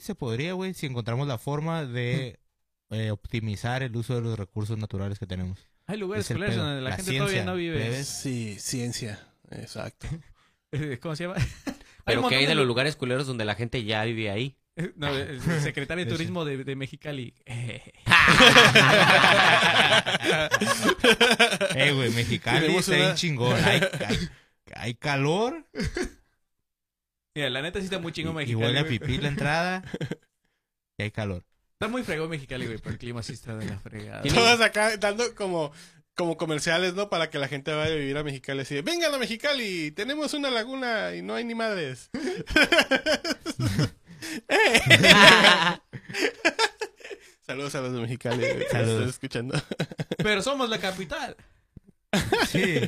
Speaker 2: se podría, güey, si encontramos la forma de eh, optimizar el uso de los recursos naturales que tenemos.
Speaker 3: Hay lugares
Speaker 2: Es el
Speaker 3: culeros
Speaker 2: pedo.
Speaker 3: donde la,
Speaker 2: La
Speaker 3: gente
Speaker 2: ciencia,
Speaker 3: todavía no vive.
Speaker 2: plebes.
Speaker 4: Sí, ciencia. Exacto.
Speaker 3: ¿Cómo se llama?
Speaker 1: Pero
Speaker 3: que
Speaker 1: ¿qué hay de los lugares culeros donde la gente ya vive ahí?
Speaker 3: No, el secretario de
Speaker 2: Eso.
Speaker 3: turismo de, de Mexicali.
Speaker 2: Eh, güey, Mexicali
Speaker 4: Tenemos
Speaker 2: está bien
Speaker 4: una-
Speaker 2: chingón. Hay, hay- hay calor,
Speaker 3: Mira, la neta sí está muy chingo
Speaker 2: y, y
Speaker 3: Mexicali.
Speaker 2: huele a
Speaker 3: güey.
Speaker 2: pipí la entrada, y hay calor.
Speaker 3: Está muy fregón Mexicali, güey, pero el clima sí está de la fregada.
Speaker 4: Todos acá dando como, como comerciales, ¿no? Para que la gente vaya a vivir a Mexicali así de, vengan a Mexicali, tenemos una laguna y no hay ni madres. Eh. Saludos a los de Mexicali. güey, que nos
Speaker 2: Saludos.
Speaker 4: están escuchando.
Speaker 3: Pero somos la capital.
Speaker 2: Sí.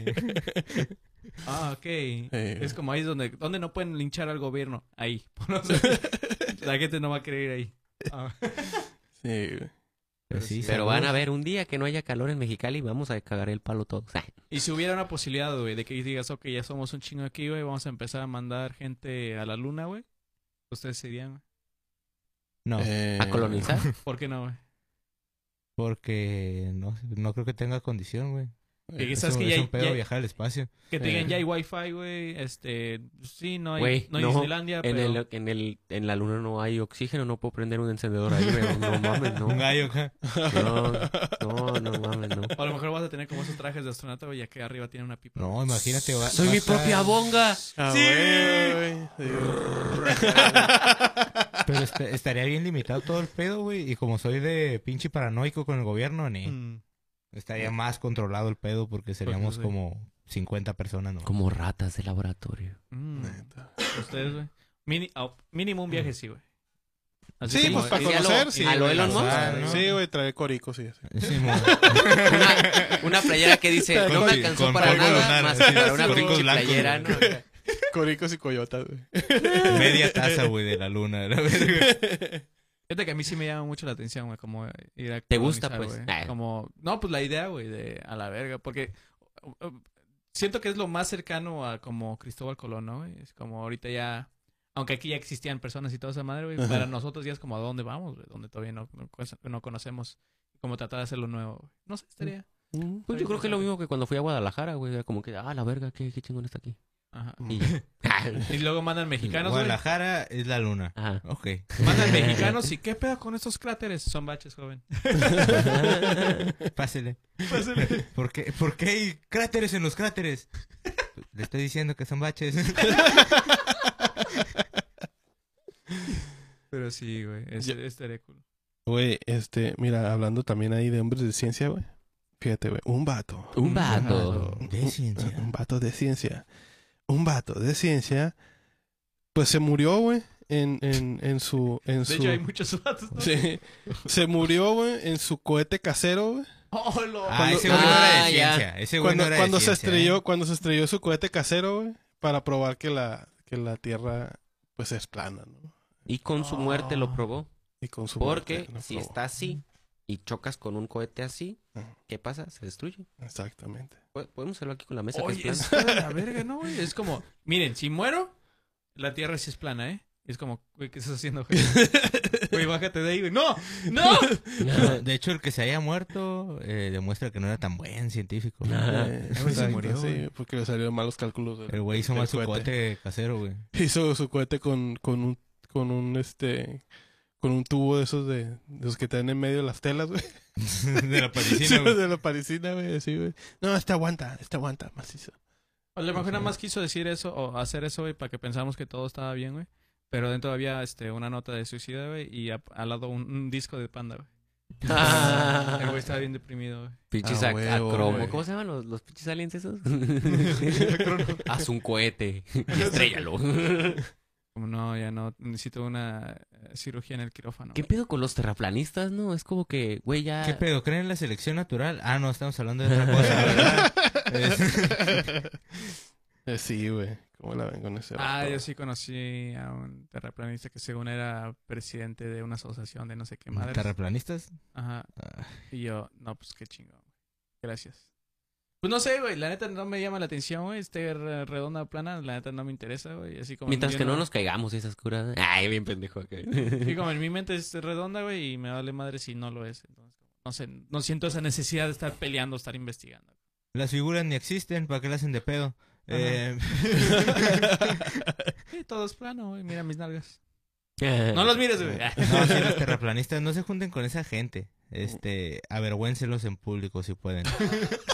Speaker 3: Ah, ok. Es
Speaker 4: Es
Speaker 3: como ahí es donde, donde no pueden linchar al gobierno. Ahí. Ponlos- la gente no va a creer ahí. Ah.
Speaker 4: sí, güey.
Speaker 2: Pues sí,
Speaker 1: Pero
Speaker 2: saludos.
Speaker 1: van a ver un día que no haya calor en Mexicali y vamos a cagar el palo todos. Ah,
Speaker 3: Y si hubiera una posibilidad, güey, de que digas, ok, ya somos un chingo aquí, güey, vamos a empezar a mandar gente a la luna, güey. Ustedes serían,
Speaker 2: No,
Speaker 4: Eh,
Speaker 1: ¿A colonizar?
Speaker 3: ¿por qué no, güey?
Speaker 2: Eh, porque no, no creo que tenga condición, güey.
Speaker 3: Que
Speaker 4: eh,
Speaker 3: quizás
Speaker 2: Eso-
Speaker 3: que
Speaker 2: es
Speaker 3: ya,
Speaker 2: un pedo
Speaker 3: ya-
Speaker 2: viajar al espacio.
Speaker 3: que te digan
Speaker 4: Eh.
Speaker 3: ya hay wifi, güey, este, sí, no hay,
Speaker 1: Güey,
Speaker 3: no hay
Speaker 1: no,
Speaker 3: Disneylandia,
Speaker 1: En,
Speaker 3: pero
Speaker 1: el, en, el, en la luna no hay oxígeno, no puedo prender un encendedor ahí, güey. No mames, no.
Speaker 2: Un gallo acá.
Speaker 1: No, no, no mames, no.
Speaker 3: a lo mejor vas a tener como esos trajes de astronauta, güey, ya que arriba tiene una pipa.
Speaker 2: No, imagínate. va-
Speaker 1: Soy
Speaker 2: va a
Speaker 1: mi
Speaker 2: estar-
Speaker 1: propia bonga.
Speaker 4: ah,
Speaker 3: Sí.
Speaker 4: güey, güey, sí.
Speaker 2: Pero est- estaría bien limitado todo el pedo, güey. Y como soy de pinche paranoico con el gobierno, ni.
Speaker 3: Mm.
Speaker 2: Estaría más controlado el pedo porque seríamos
Speaker 3: Pues, sí.
Speaker 2: como 50 personas, ¿no?
Speaker 1: Como ratas de laboratorio.
Speaker 3: Mm.
Speaker 4: Neta. Mm.
Speaker 3: Ustedes, güey. Mini- au- mínimo un viaje, sí, güey. Así
Speaker 4: Sí,
Speaker 3: como-
Speaker 4: pues para
Speaker 1: Y a lo-
Speaker 4: conocer, sí.
Speaker 1: a lo
Speaker 4: güey,
Speaker 1: Elon
Speaker 4: lanzar,
Speaker 2: Musk.
Speaker 4: Sí, güey, trae coricos y así.
Speaker 2: Sí, mo-
Speaker 1: Una, una playera que dice,
Speaker 4: Con-
Speaker 1: no me
Speaker 2: sí,
Speaker 1: alcanzó
Speaker 2: con
Speaker 1: para
Speaker 2: polvo
Speaker 1: nada,
Speaker 2: lunar,
Speaker 1: más
Speaker 2: sí,
Speaker 1: que para
Speaker 2: sí,
Speaker 1: una
Speaker 2: con
Speaker 1: pinche
Speaker 2: blancos,
Speaker 1: playera,
Speaker 2: güey.
Speaker 1: ¿no? O sea,
Speaker 4: Coricos y coyotas, güey.
Speaker 2: media taza, güey, de la luna. la verga.
Speaker 3: Fíjate que a mí sí me llama mucho la atención, güey, como ir a
Speaker 1: ¿Te gusta,
Speaker 3: colonizar,
Speaker 1: pues?
Speaker 3: güey.
Speaker 1: Ah.
Speaker 3: Como, no, pues la idea, güey, de a la verga, porque uh, uh, siento que es lo más cercano a como Cristóbal Colón, ¿no? güey? Es como ahorita ya, aunque aquí ya existían personas y toda esa madre, güey,
Speaker 4: Ajá.
Speaker 3: para nosotros ya es como a dónde vamos, güey, donde todavía no, no, conoce- no conocemos, como tratar de hacerlo nuevo, güey. No sé, estaría.
Speaker 1: Pues yo creo que es lo mismo que cuando fui a Guadalajara, güey. Era como que, ah, la verga, qué, qué chingón está aquí.
Speaker 3: Ajá.
Speaker 1: Y,
Speaker 3: Y luego mandan mexicanos, güey.
Speaker 2: Guadalajara es la luna.
Speaker 1: ajá.
Speaker 2: Ok.
Speaker 3: Mandan mexicanos y ¿qué pedo con estos cráteres? Son baches, joven.
Speaker 2: Pásele.
Speaker 3: Pásale.
Speaker 2: ¿Por qué, por qué hay cráteres en los cráteres? Le estoy diciendo que son baches.
Speaker 3: Pero sí, güey, es- estaría cool.
Speaker 4: Güey, este, mira, hablando también ahí de hombres de ciencia, güey. Fíjate, güey, un vato.
Speaker 1: Un vato.
Speaker 2: De ciencia.
Speaker 4: Un vato de ciencia. Un vato de ciencia. Pues se murió, güey, en, en, en su... En
Speaker 3: De
Speaker 4: su...
Speaker 3: hecho, hay muchos vatos. ¿no?
Speaker 4: Sí. Se murió, güey, en su cohete casero, güey.
Speaker 3: Oh, lo-
Speaker 2: Ah,
Speaker 4: Cuando-
Speaker 2: ese güey no era
Speaker 1: Ah,
Speaker 2: de
Speaker 1: ya.
Speaker 2: ciencia. Ese güey
Speaker 4: Cuando,
Speaker 2: no era de
Speaker 4: cuando se
Speaker 2: ciencia,
Speaker 4: estrelló,
Speaker 2: ¿eh?
Speaker 4: cuando se estrelló su cohete casero, güey, para probar que la, que la Tierra, pues, es plana, ¿no?
Speaker 1: Y con su muerte lo probó.
Speaker 4: Y con su...
Speaker 1: Porque
Speaker 4: muerte, ¿no?
Speaker 1: si
Speaker 4: Lo-
Speaker 1: está así y chocas con un cohete así,
Speaker 4: Ajá.
Speaker 1: ¿qué pasa? Se destruye.
Speaker 4: Exactamente.
Speaker 1: Po- Podemos hacerlo aquí con la mesa. que
Speaker 3: Oye,
Speaker 1: es plana.
Speaker 3: está de la verga, ¿no, güey? Es como, miren, si muero, la tierra sí es plana, ¿eh? Es como, güey, ¿qué estás haciendo, güey? Güey, bájate de ahí, güey. ¡No! ¡No!
Speaker 2: No, de hecho, el que se haya muerto eh, demuestra que no era tan buen científico.
Speaker 4: Eh,
Speaker 2: se
Speaker 4: exacto,
Speaker 2: murió,
Speaker 4: sí,
Speaker 2: güey.
Speaker 4: porque le salieron malos cálculos. güey.
Speaker 2: El güey hizo
Speaker 4: El
Speaker 2: mal su
Speaker 4: cohete.
Speaker 2: cohete casero, güey.
Speaker 4: Hizo su cohete con, con un con un este con un tubo de esos de, de los que te dan en medio de las telas, güey.
Speaker 2: De la parisina, güey.
Speaker 4: de la parisina, güey, así, güey. No, este aguanta, este aguanta, macizo.
Speaker 3: A lo mejor nada más quiso decir eso o hacer eso, güey, para que pensamos que todo estaba bien, güey. Pero dentro había este, una nota de suicida, güey, y a- al lado un, un disco de panda, güey.
Speaker 1: Ah.
Speaker 3: El güey estaba bien deprimido, güey.
Speaker 1: Pinches
Speaker 4: Ah,
Speaker 1: ac-
Speaker 4: huevo,
Speaker 1: acromo.
Speaker 4: güey.
Speaker 1: ¿Cómo se llaman los, los pinches aliens esos? Haz un cohete y estrellalo.
Speaker 3: Como, no, ya no, necesito una eh, cirugía en el quirófano.
Speaker 1: ¿Qué
Speaker 3: güey".
Speaker 1: pedo con los terraplanistas? No, es como que, güey, ya.
Speaker 2: ¿Qué pedo? ¿Creen en la selección natural? Ah, no, estamos hablando de otra cosa, ¿verdad? Es-
Speaker 4: Eh, sí, güey. ¿Cómo la ven con ese?
Speaker 3: Ah,
Speaker 4: vato?
Speaker 3: yo sí conocí a un terraplanista que según era presidente de una asociación de no sé qué madre.
Speaker 2: ¿Terraplanistas?
Speaker 3: Ajá.
Speaker 2: Ah.
Speaker 3: Y yo, no, pues qué chingón, güey. Gracias. Pues no sé, güey. La neta no me llama la atención, güey. Este re- redonda plana, la neta no me interesa, güey. Así como.
Speaker 1: Mientras
Speaker 3: yo
Speaker 1: que no nos caigamos esas curas. Ay, bien pendejo acá.
Speaker 3: Sí, como en mi mente es redonda, güey, y me vale madre si no lo es. Entonces, no sé, no siento esa necesidad de estar peleando, estar investigando.
Speaker 2: Las figuras ni existen, ¿para qué las hacen de pedo?
Speaker 3: Ajá.
Speaker 2: Eh,
Speaker 3: Sí, todo es plano, güey. Mira mis nalgas. No
Speaker 2: Eh,
Speaker 1: no
Speaker 3: los mires, güey.
Speaker 2: no, sí, los terraplanistas no se junten con esa gente. Este, avergüéncelos en público si pueden.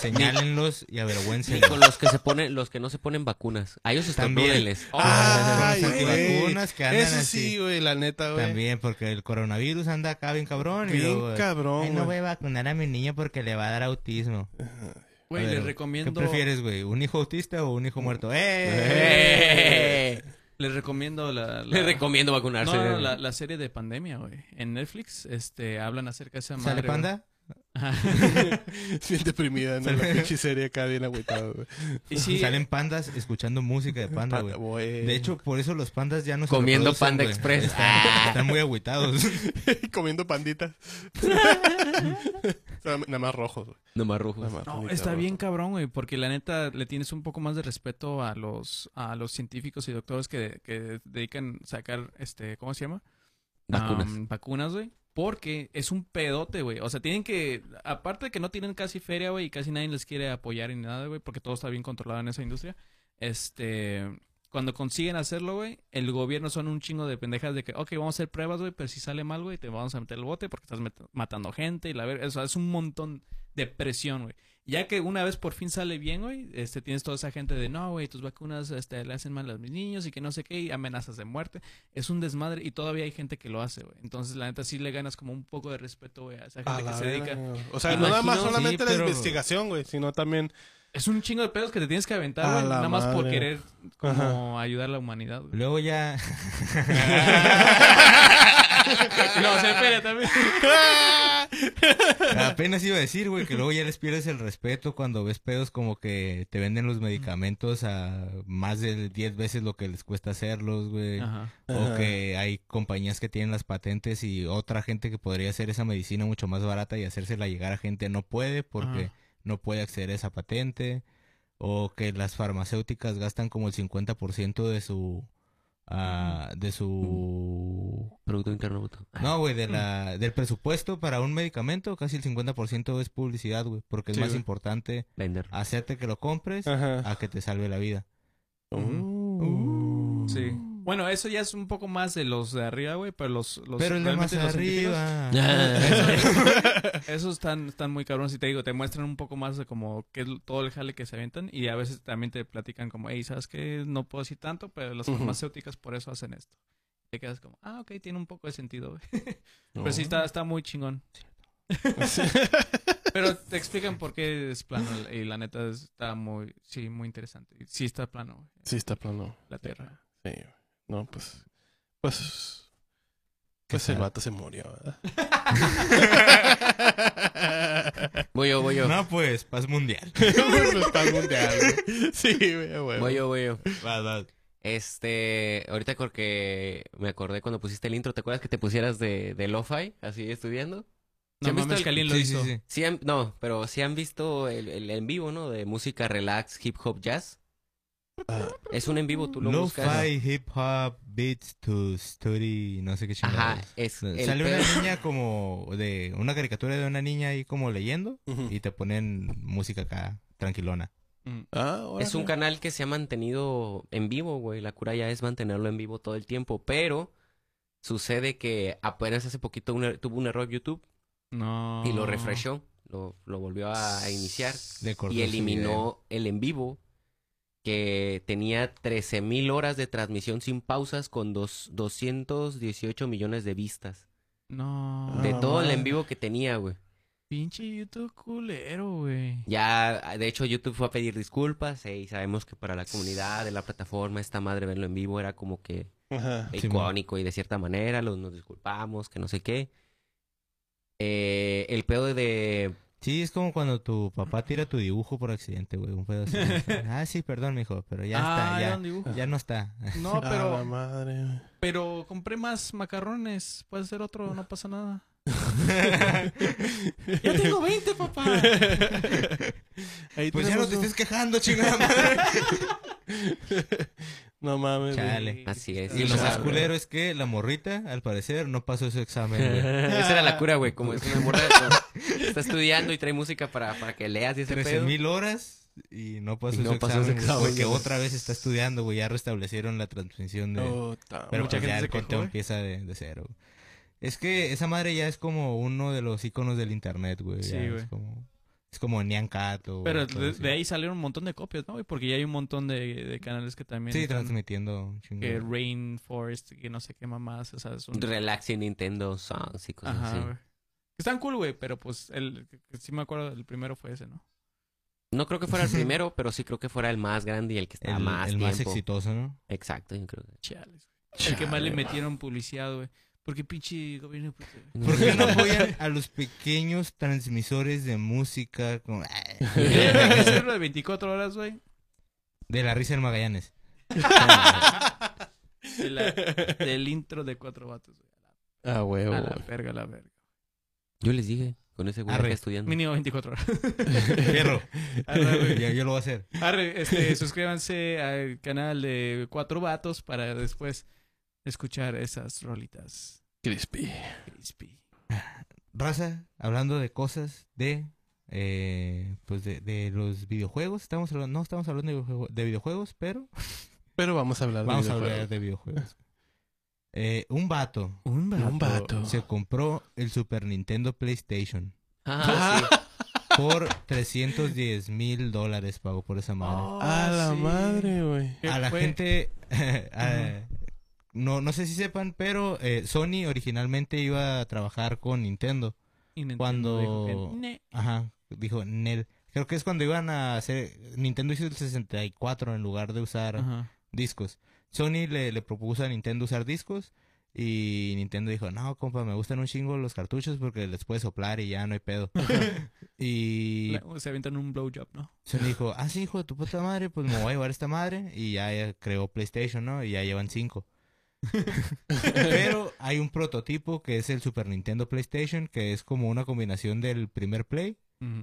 Speaker 2: Señálenlos y
Speaker 1: Sí,
Speaker 2: avergüéncelos.
Speaker 1: con los que se ponen, los que no se ponen vacunas. A ellos
Speaker 2: También.
Speaker 1: estornúdenles.
Speaker 2: Ah,
Speaker 4: Ay,
Speaker 2: los antivacunas que andan
Speaker 4: Eso
Speaker 2: así.
Speaker 4: sí, güey, la neta, güey.
Speaker 2: También, porque el coronavirus anda acá bien cabrón. y luego, eh,
Speaker 4: Bien
Speaker 2: "Ay,
Speaker 4: cabrón,
Speaker 2: no voy
Speaker 4: güey.
Speaker 2: a vacunar a mi niño porque le va a dar autismo.
Speaker 3: Güey,
Speaker 2: A ver,
Speaker 3: les
Speaker 2: ¿Qué
Speaker 3: recomiendo.
Speaker 2: prefieres, güey? ¿Un hijo autista o un hijo muerto? ¡Eh!
Speaker 1: Eh,
Speaker 3: Les recomiendo la. la-
Speaker 1: Les recomiendo vacunarse.
Speaker 3: No, no, no, la, la serie de pandemia, güey. En Netflix, este, hablan acerca de esa madre.
Speaker 2: ¿Sale
Speaker 3: güey.
Speaker 2: panda?
Speaker 3: Ajá.
Speaker 4: Bien deprimida, ¿no? La pinche serie acá bien agüitada, güey. Ah,
Speaker 3: Y sí,
Speaker 2: Salen pandas escuchando música de panda, güey.
Speaker 4: Güey.
Speaker 2: De hecho, por eso los pandas ya no se
Speaker 1: Comiendo
Speaker 2: reproducen,
Speaker 1: Panda
Speaker 2: güey.
Speaker 1: Express.
Speaker 2: Están,
Speaker 1: Ah.
Speaker 2: están muy agüitados.
Speaker 4: comiendo panditas. Nada más rojos, güey.
Speaker 1: Pues, No más
Speaker 4: Nada
Speaker 1: rojos.
Speaker 4: más
Speaker 3: No,
Speaker 4: panditas
Speaker 3: está bien
Speaker 4: rojas.
Speaker 3: cabrón, güey, porque la neta le tienes un poco más de respeto a los, a los científicos y doctores que, que dedican a sacar, este, ¿cómo se llama?
Speaker 1: Vacunas.
Speaker 3: Am, vacunas, güey. Porque es un pedote, güey. O sea, tienen que, aparte de que no tienen casi feria, güey, y casi nadie les quiere apoyar ni nada, güey, porque todo está bien controlado en esa industria. Este, cuando consiguen hacerlo, güey, el gobierno son un chingo de pendejas de que, ok, vamos a hacer pruebas, güey, pero si sale mal, güey, te vamos a meter el bote porque estás met- matando gente y la verga. O sea, es un montón de presión, güey. Ya que una vez por fin sale bien, güey, este, tienes toda esa gente de, no, güey, tus vacunas este, le hacen mal a mis niños y que no sé qué, y amenazas de muerte. Es un desmadre y todavía hay gente que lo hace, güey. Entonces, la neta, sí le ganas como un poco de respeto, güey, a esa gente
Speaker 4: A
Speaker 3: que
Speaker 4: la
Speaker 3: se dedica.
Speaker 4: verga. O sea, no nada más
Speaker 2: Imagino, sí,
Speaker 4: solamente la
Speaker 2: pero-
Speaker 4: investigación, güey, sino también.
Speaker 3: Es un chingo de pedos que te tienes que aventar,
Speaker 4: A
Speaker 3: güey,
Speaker 4: la
Speaker 3: nada más por
Speaker 4: madre.
Speaker 3: querer
Speaker 4: Ajá.
Speaker 3: como ayudar a la humanidad, güey.
Speaker 2: Luego ya...
Speaker 3: No, se espera también.
Speaker 2: Apenas iba a decir, güey, que luego ya les pierdes el respeto cuando ves pedos como que te venden los medicamentos a más de 10 veces lo que les cuesta hacerlos, güey.
Speaker 3: Ajá.
Speaker 2: O que hay compañías que tienen las patentes y otra gente que podría hacer esa medicina mucho más barata y hacérsela llegar a gente no puede porque
Speaker 3: Ajá.
Speaker 2: no puede acceder a esa patente. O que las farmacéuticas gastan como el 50% de su... ah, de su...
Speaker 1: Producto interno bruto. Ah,
Speaker 2: No, güey, de la, del presupuesto para un medicamento, casi el 50% es publicidad, güey, porque es
Speaker 4: Sí,
Speaker 2: más
Speaker 4: güey. Ah.
Speaker 2: importante
Speaker 1: Vender.
Speaker 2: hacerte que lo compres
Speaker 4: Ajá.
Speaker 2: a que te salve la vida.
Speaker 4: Uh.
Speaker 3: Sí. Bueno, eso ya es un poco más de los de arriba, güey, pero los, los
Speaker 2: Pero el de más
Speaker 3: Pues, realmente los científicos-
Speaker 2: arriba.
Speaker 1: Ah.
Speaker 3: Esos están, están muy cabrones y te digo, te muestran un poco más de como que es todo el jale que se avientan y a veces también te platican como, hey, ¿sabes qué? No puedo decir tanto, pero las
Speaker 4: Ujú.
Speaker 3: farmacéuticas por eso hacen esto. Te quedas como, ah, ok, tiene un poco de sentido, güey. Pero sí está, está muy chingón. Pero te explican por qué es plano y la neta está muy, sí, muy interesante. Sí está plano, güey,
Speaker 4: Sí, está plano.
Speaker 3: la Tierra.
Speaker 4: Sí, güey. No, pues. Pues.
Speaker 2: ¿Qué
Speaker 4: Pues el
Speaker 2: tal?
Speaker 4: vato se murió, ¿verdad?
Speaker 1: Voy yo, voy yo.
Speaker 2: No, pues, paz mundial.
Speaker 4: Bueno, está el mundial, güey. Sí, güey, a huevo.
Speaker 1: Voy yo, voy yo.
Speaker 2: Vas, vas.
Speaker 1: Este, ahorita porque me acordé cuando pusiste el intro, ¿te acuerdas que te pusieras de, de lo-fi, así estudiando? ¿Sí
Speaker 3: No
Speaker 1: han visto
Speaker 3: mames,
Speaker 1: el-
Speaker 3: que alguien lo
Speaker 2: Sí,
Speaker 3: hizo.
Speaker 2: sí, sí.
Speaker 1: Sí han- no, pero sí han visto el, el en vivo, ¿no? De música relax, hip hop, jazz.
Speaker 4: Ah.
Speaker 1: Es un en vivo, tú lo buscas.
Speaker 2: Lo-fi, hip hop, beats to study, no sé qué
Speaker 1: Ajá,
Speaker 2: chingados.
Speaker 1: es el
Speaker 2: Sale
Speaker 1: pedo-
Speaker 2: una niña como de una caricatura de una niña ahí como leyendo
Speaker 4: Ujú.
Speaker 2: y te ponen música acá tranquilona.
Speaker 3: Mm.
Speaker 4: Ah, órale.
Speaker 1: Es un canal que se ha mantenido en vivo, güey. La cura ya es mantenerlo en vivo todo el tiempo. Pero sucede que apenas hace poquito un er- tuvo un error YouTube
Speaker 3: No.
Speaker 2: Ah.
Speaker 1: y lo refreshó. Lo, lo volvió a, a iniciar.
Speaker 2: Le cortó
Speaker 1: Y
Speaker 2: su video.
Speaker 1: eliminó el en vivo que tenía 13 mil horas de transmisión sin pausas con dos, 218 millones de vistas.
Speaker 3: No.
Speaker 1: De
Speaker 4: Ah,
Speaker 1: todo el
Speaker 4: madre.
Speaker 1: en vivo que tenía, güey.
Speaker 3: Pinche YouTube culero, güey.
Speaker 1: Ya, de hecho, YouTube fue a pedir disculpas eh, y sabemos que para la comunidad de la plataforma, esta madre verlo en vivo era como que
Speaker 4: Ajá.
Speaker 2: Sí,
Speaker 1: icónico y de cierta manera los, nos disculpamos, que no sé qué. Eh, el pedo de
Speaker 2: Sí, es como cuando tu papá tira tu dibujo por accidente, güey. Un pedo así. ah, sí, perdón, mijo, pero ya
Speaker 3: Ah, era un
Speaker 2: está,
Speaker 3: dibujo.
Speaker 2: ya. Ya no está.
Speaker 3: No,
Speaker 4: A Ah, la
Speaker 3: pero,
Speaker 4: madre. güey.
Speaker 3: pero compré más macarrones. Puede ser otro, no pasa nada. ya tengo 20, papá.
Speaker 4: Ahí
Speaker 2: Pues ya no
Speaker 4: tenemos
Speaker 2: te
Speaker 4: un-
Speaker 2: estés quejando, chingada madre.
Speaker 4: No mames. güey.
Speaker 2: Chale.
Speaker 1: Así es.
Speaker 2: Y lo
Speaker 1: Chale,
Speaker 2: más
Speaker 1: güey.
Speaker 2: culero es que la morrita, al parecer, no pasó su examen, güey.
Speaker 1: Esa era la cura, güey. Como es una morra. ¿no? Está estudiando y trae música para, para que leas y ese
Speaker 2: Trece
Speaker 1: pedo.
Speaker 2: mil horas y no pasó
Speaker 1: Y no
Speaker 2: su
Speaker 1: pasó su
Speaker 2: examen, güey,
Speaker 1: examen,
Speaker 2: porque
Speaker 1: güey.
Speaker 2: otra vez está estudiando, güey. Ya restablecieron la transmisión de...
Speaker 4: Oh, ta-
Speaker 2: pero
Speaker 3: mucha
Speaker 2: pues
Speaker 3: gente
Speaker 2: ya
Speaker 3: se
Speaker 2: el
Speaker 3: quejó,
Speaker 2: conteo
Speaker 3: güey.
Speaker 2: empieza de, de cero. güey. Es que esa madre ya es como uno de los iconos del internet, güey.
Speaker 3: Sí,
Speaker 2: ya
Speaker 3: güey.
Speaker 2: Es como, es como Nyan Cat o...
Speaker 3: Pero
Speaker 2: todo
Speaker 3: de,
Speaker 2: así.
Speaker 3: de ahí salieron un montón de copias, ¿no? güey? Porque ya hay un montón de, de canales que también.
Speaker 2: Sí,
Speaker 3: están-
Speaker 2: transmitiendo un chingo.
Speaker 3: que Rainforest, que no sé qué mamás, o sea, es un...
Speaker 1: Relaxing Nintendo Songs y cosas
Speaker 3: Ajá,
Speaker 1: así.
Speaker 3: güey. Están cool, güey, pero pues el que- que sí me acuerdo, el primero fue ese, ¿no?
Speaker 1: No creo que fuera el primero, pero sí creo que fuera el más grande y el que está
Speaker 2: El,
Speaker 1: más
Speaker 2: el
Speaker 1: tiempo.
Speaker 2: más exitoso, ¿no?
Speaker 1: Exacto, yo creo que.
Speaker 3: Chales, güey. El que más le metieron publicidad, güey. Porque pinche gobierno... pues, eh.
Speaker 2: ¿Por qué no apoyan a los pequeños transmisores de música? como- "Ah".
Speaker 3: Hay que hacerlo de 24 horas, güey.
Speaker 2: De la risa del Magallanes.
Speaker 3: De la- del intro de cuatro vatos, güey.
Speaker 4: Ah, huevo.
Speaker 3: A la
Speaker 4: güey.
Speaker 3: verga, a la verga.
Speaker 1: Yo les dije, con ese güey
Speaker 2: Arre.
Speaker 1: acá estudiando.
Speaker 3: Mínimo 24 horas.
Speaker 2: Fierro.
Speaker 3: Arre, Ah, güey.
Speaker 2: yo, yo lo voy a hacer.
Speaker 3: Arre, este, suscríbanse al canal de Cuatro Vatos para después escuchar esas rolitas.
Speaker 4: Crispy.
Speaker 3: Crispy.
Speaker 2: Raza, hablando de cosas de eh, pues de, de los videojuegos, estamos hablando, no estamos hablando de, videojuego- de videojuegos, pero
Speaker 4: Pero vamos a hablar de
Speaker 2: vamos a
Speaker 4: videojuegos.
Speaker 2: hablar de videojuegos. Eh, un vato
Speaker 3: Un vato.
Speaker 4: Un vato.
Speaker 2: se compró el Super Nintendo PlayStation
Speaker 1: Ah, sí.
Speaker 2: por 310 mil dólares pagó por esa madre.
Speaker 3: Ah,
Speaker 4: A Ah,
Speaker 2: Ah,
Speaker 4: la madre, güey.
Speaker 3: ¿Qué
Speaker 2: a la
Speaker 3: Ah, fue?
Speaker 2: gente a- no, no sé si sepan, pero eh, Sony originalmente iba a trabajar con Nintendo.
Speaker 3: Y Nintendo
Speaker 2: cuando-
Speaker 3: dijo que ne.
Speaker 2: Ajá, dijo Nel. Creo que es cuando iban a hacer. Nintendo hizo el 64 en lugar de usar
Speaker 3: Ajá.
Speaker 2: discos. Sony le, le propuso a Nintendo usar discos. Y Nintendo dijo: No, compa, me gustan un chingo los cartuchos porque les puedes soplar y ya no hay pedo. y
Speaker 3: La- se aventan un blowjob, ¿no?
Speaker 2: Sony dijo: Ah, sí, hijo de tu puta madre, pues me voy a llevar esta madre. Y ya, ya creó PlayStation, ¿no? Y ya llevan cinco. Pero hay un prototipo que es el Super Nintendo PlayStation, que es como una combinación del primer Play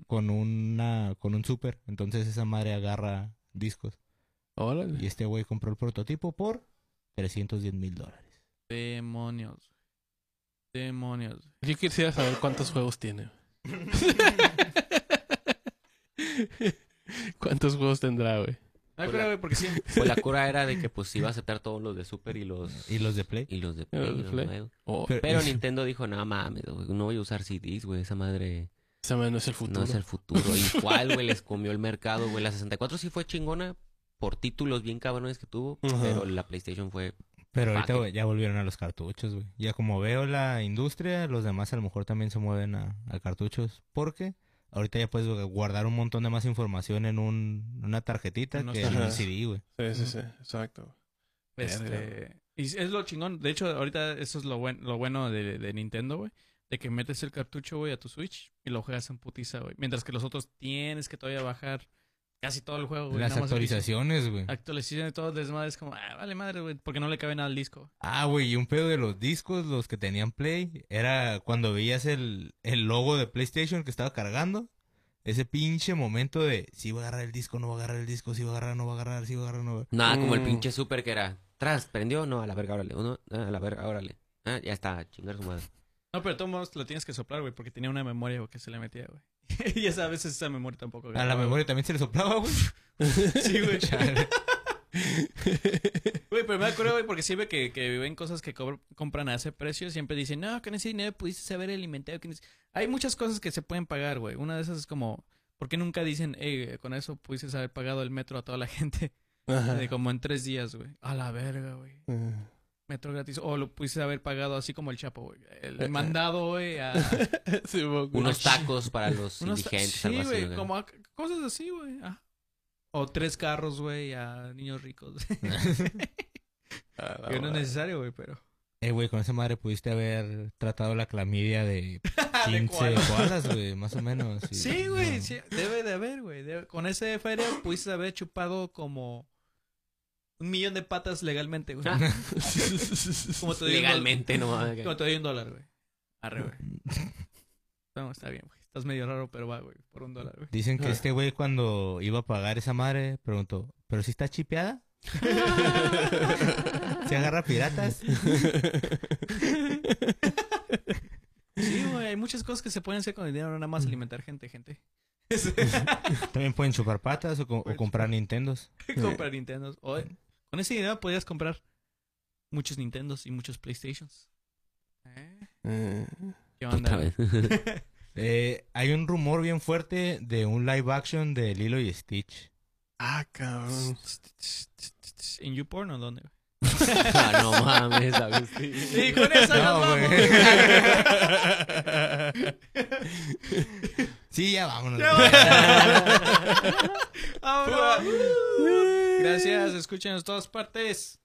Speaker 2: con una con un super, entonces esa madre agarra discos y
Speaker 4: Órale.
Speaker 2: este güey compró el prototipo por 310 mil dólares.
Speaker 3: Demonios. Demonios.
Speaker 4: Yo quisiera saber cuántos juegos tiene. ¿Cuántos juegos tendrá, güey?
Speaker 3: No
Speaker 1: Hola.
Speaker 3: creo, Ah, güey, porque sí.
Speaker 1: Pues la cura era de que pues iba a aceptar todos los de Super y los
Speaker 2: Y los de Play.
Speaker 1: y los de
Speaker 4: Y los
Speaker 1: Play,
Speaker 4: de
Speaker 1: los
Speaker 4: Play.
Speaker 1: nuevos.
Speaker 4: Oh,
Speaker 2: Pero-
Speaker 1: Pero Nintendo dijo, no mames, güey, no voy a usar CDs, güey, esa madre
Speaker 4: esa madre no es el futuro.
Speaker 1: no es el futuro. Igual, güey, les comió el mercado, güey. La 64 sí fue chingona por títulos bien cabrones que tuvo,
Speaker 4: Ajá.
Speaker 1: pero la PlayStation fue...
Speaker 2: Pero ahorita
Speaker 1: Paje.
Speaker 2: güey, ya volvieron a los cartuchos, güey. Ya como veo la industria, los demás a lo mejor también se mueven a, a cartuchos porque ahorita ya puedes guardar un montón de más información en un, una tarjetita
Speaker 3: Unos
Speaker 2: que en un
Speaker 4: tarjetas.
Speaker 2: CD, güey.
Speaker 4: Sí, sí, sí. Exacto.
Speaker 3: Este, y es lo chingón. De hecho, ahorita eso es lo, buen- lo bueno de, de Nintendo, güey. De que metes el cartucho, güey, a tu Switch y lo juegas en putiza, güey. Mientras que los otros tienes que todavía bajar casi todo el juego, güey.
Speaker 2: Las
Speaker 3: Nada más el disco.
Speaker 2: actualizaciones, güey.
Speaker 3: Actualización de todo desmadre es como, ah, vale madre, güey, porque no le cabe nada al disco.
Speaker 2: Ah, güey, y un pedo de los discos, los que tenían Play, era cuando veías el, el logo de PlayStation que estaba cargando. Ese pinche momento de si va a agarrar el disco, no va a agarrar el disco, si va a agarrar, no va a agarrar, si va a agarrar, no va a
Speaker 1: Nada, como el
Speaker 4: Mm.
Speaker 1: pinche Super que era... Tras, prendió, no, a la verga, órale. Uno, ah, a la verga, órale. Ah, ya está, chingar su madre.
Speaker 3: No, pero de todos modos lo tienes que soplar, güey, porque tenía una memoria güey, que se le metía, güey. y esa, a veces esa memoria tampoco.
Speaker 2: A la
Speaker 3: grababa,
Speaker 2: memoria también se le soplaba, güey.
Speaker 3: Sí, güey.
Speaker 2: Chale.
Speaker 3: Güey, pero me acuerdo, güey, porque siempre que, que ven cosas que cobr- compran a ese precio, siempre dicen, no, con ese dinero pudiste haber alimentado. con ese-". Hay muchas cosas que se pueden pagar, güey. Una de esas es como, ¿por qué nunca dicen, hey, con eso pudiste haber pagado el metro a toda la gente?
Speaker 4: Ajá.
Speaker 3: De como en tres días, güey. A la verga, güey.
Speaker 4: Ajá.
Speaker 3: Metro gratis. O lo pudiste haber pagado así como el Chapo, güey.
Speaker 4: Eh, eh.
Speaker 3: El mandado, güey, a...
Speaker 4: Sí, güey.
Speaker 1: Unos tacos para los
Speaker 3: unos-
Speaker 1: indigentes,
Speaker 3: sí,
Speaker 1: algo así.
Speaker 3: güey,
Speaker 1: ¿no?
Speaker 3: como a- cosas así, güey. ajá. O tres carros, güey, a niños ricos.
Speaker 4: Ah, la
Speaker 3: que no es
Speaker 4: madre.
Speaker 3: necesario, güey, pero...
Speaker 2: Eh, güey, con esa madre pudiste haber tratado la clamidia de 15
Speaker 3: koalas.
Speaker 2: koalas, güey, más o menos. y-
Speaker 3: Sí, güey,
Speaker 2: no.
Speaker 3: sí, debe de haber, güey. debe- Con ese feria pudiste haber chupado como un millón de patas legalmente, güey. como te doy un dol-
Speaker 1: Legalmente, no. mames.
Speaker 3: Como te doy un dólar, güey. Arre, güey. No, está bien, güey. Estás medio raro, pero va, güey. Por un dólar, güey.
Speaker 2: Dicen que
Speaker 4: Ah.
Speaker 2: este güey cuando iba a pagar esa madre preguntó, ¿pero si está chipeada? ¿Se agarra piratas?
Speaker 3: Sí, güey. Hay muchas cosas que se pueden hacer con el dinero, no nada más alimentar gente, gente.
Speaker 2: También pueden chupar patas o, co- o comprar Nintendos.
Speaker 3: comprar Nintendos. O- con ese dinero podías comprar muchos Nintendos y muchos PlayStations. ¿Eh?
Speaker 4: Eh,
Speaker 3: ¿Qué
Speaker 1: Otra
Speaker 3: onda?
Speaker 1: vez.
Speaker 2: Eh, hay un rumor bien fuerte de un live action de Lilo y Stitch.
Speaker 4: ah, cabrón.
Speaker 3: ¿En YouPorn o dónde?
Speaker 1: Ah, no mames, Agustín.
Speaker 3: Sí, con esa
Speaker 2: No,
Speaker 3: nos vamos.
Speaker 2: güey.
Speaker 3: güey.
Speaker 2: Sí, ya vámonos.
Speaker 3: Ya vámonos. Vámonos. Gracias, escúchenos todas partes.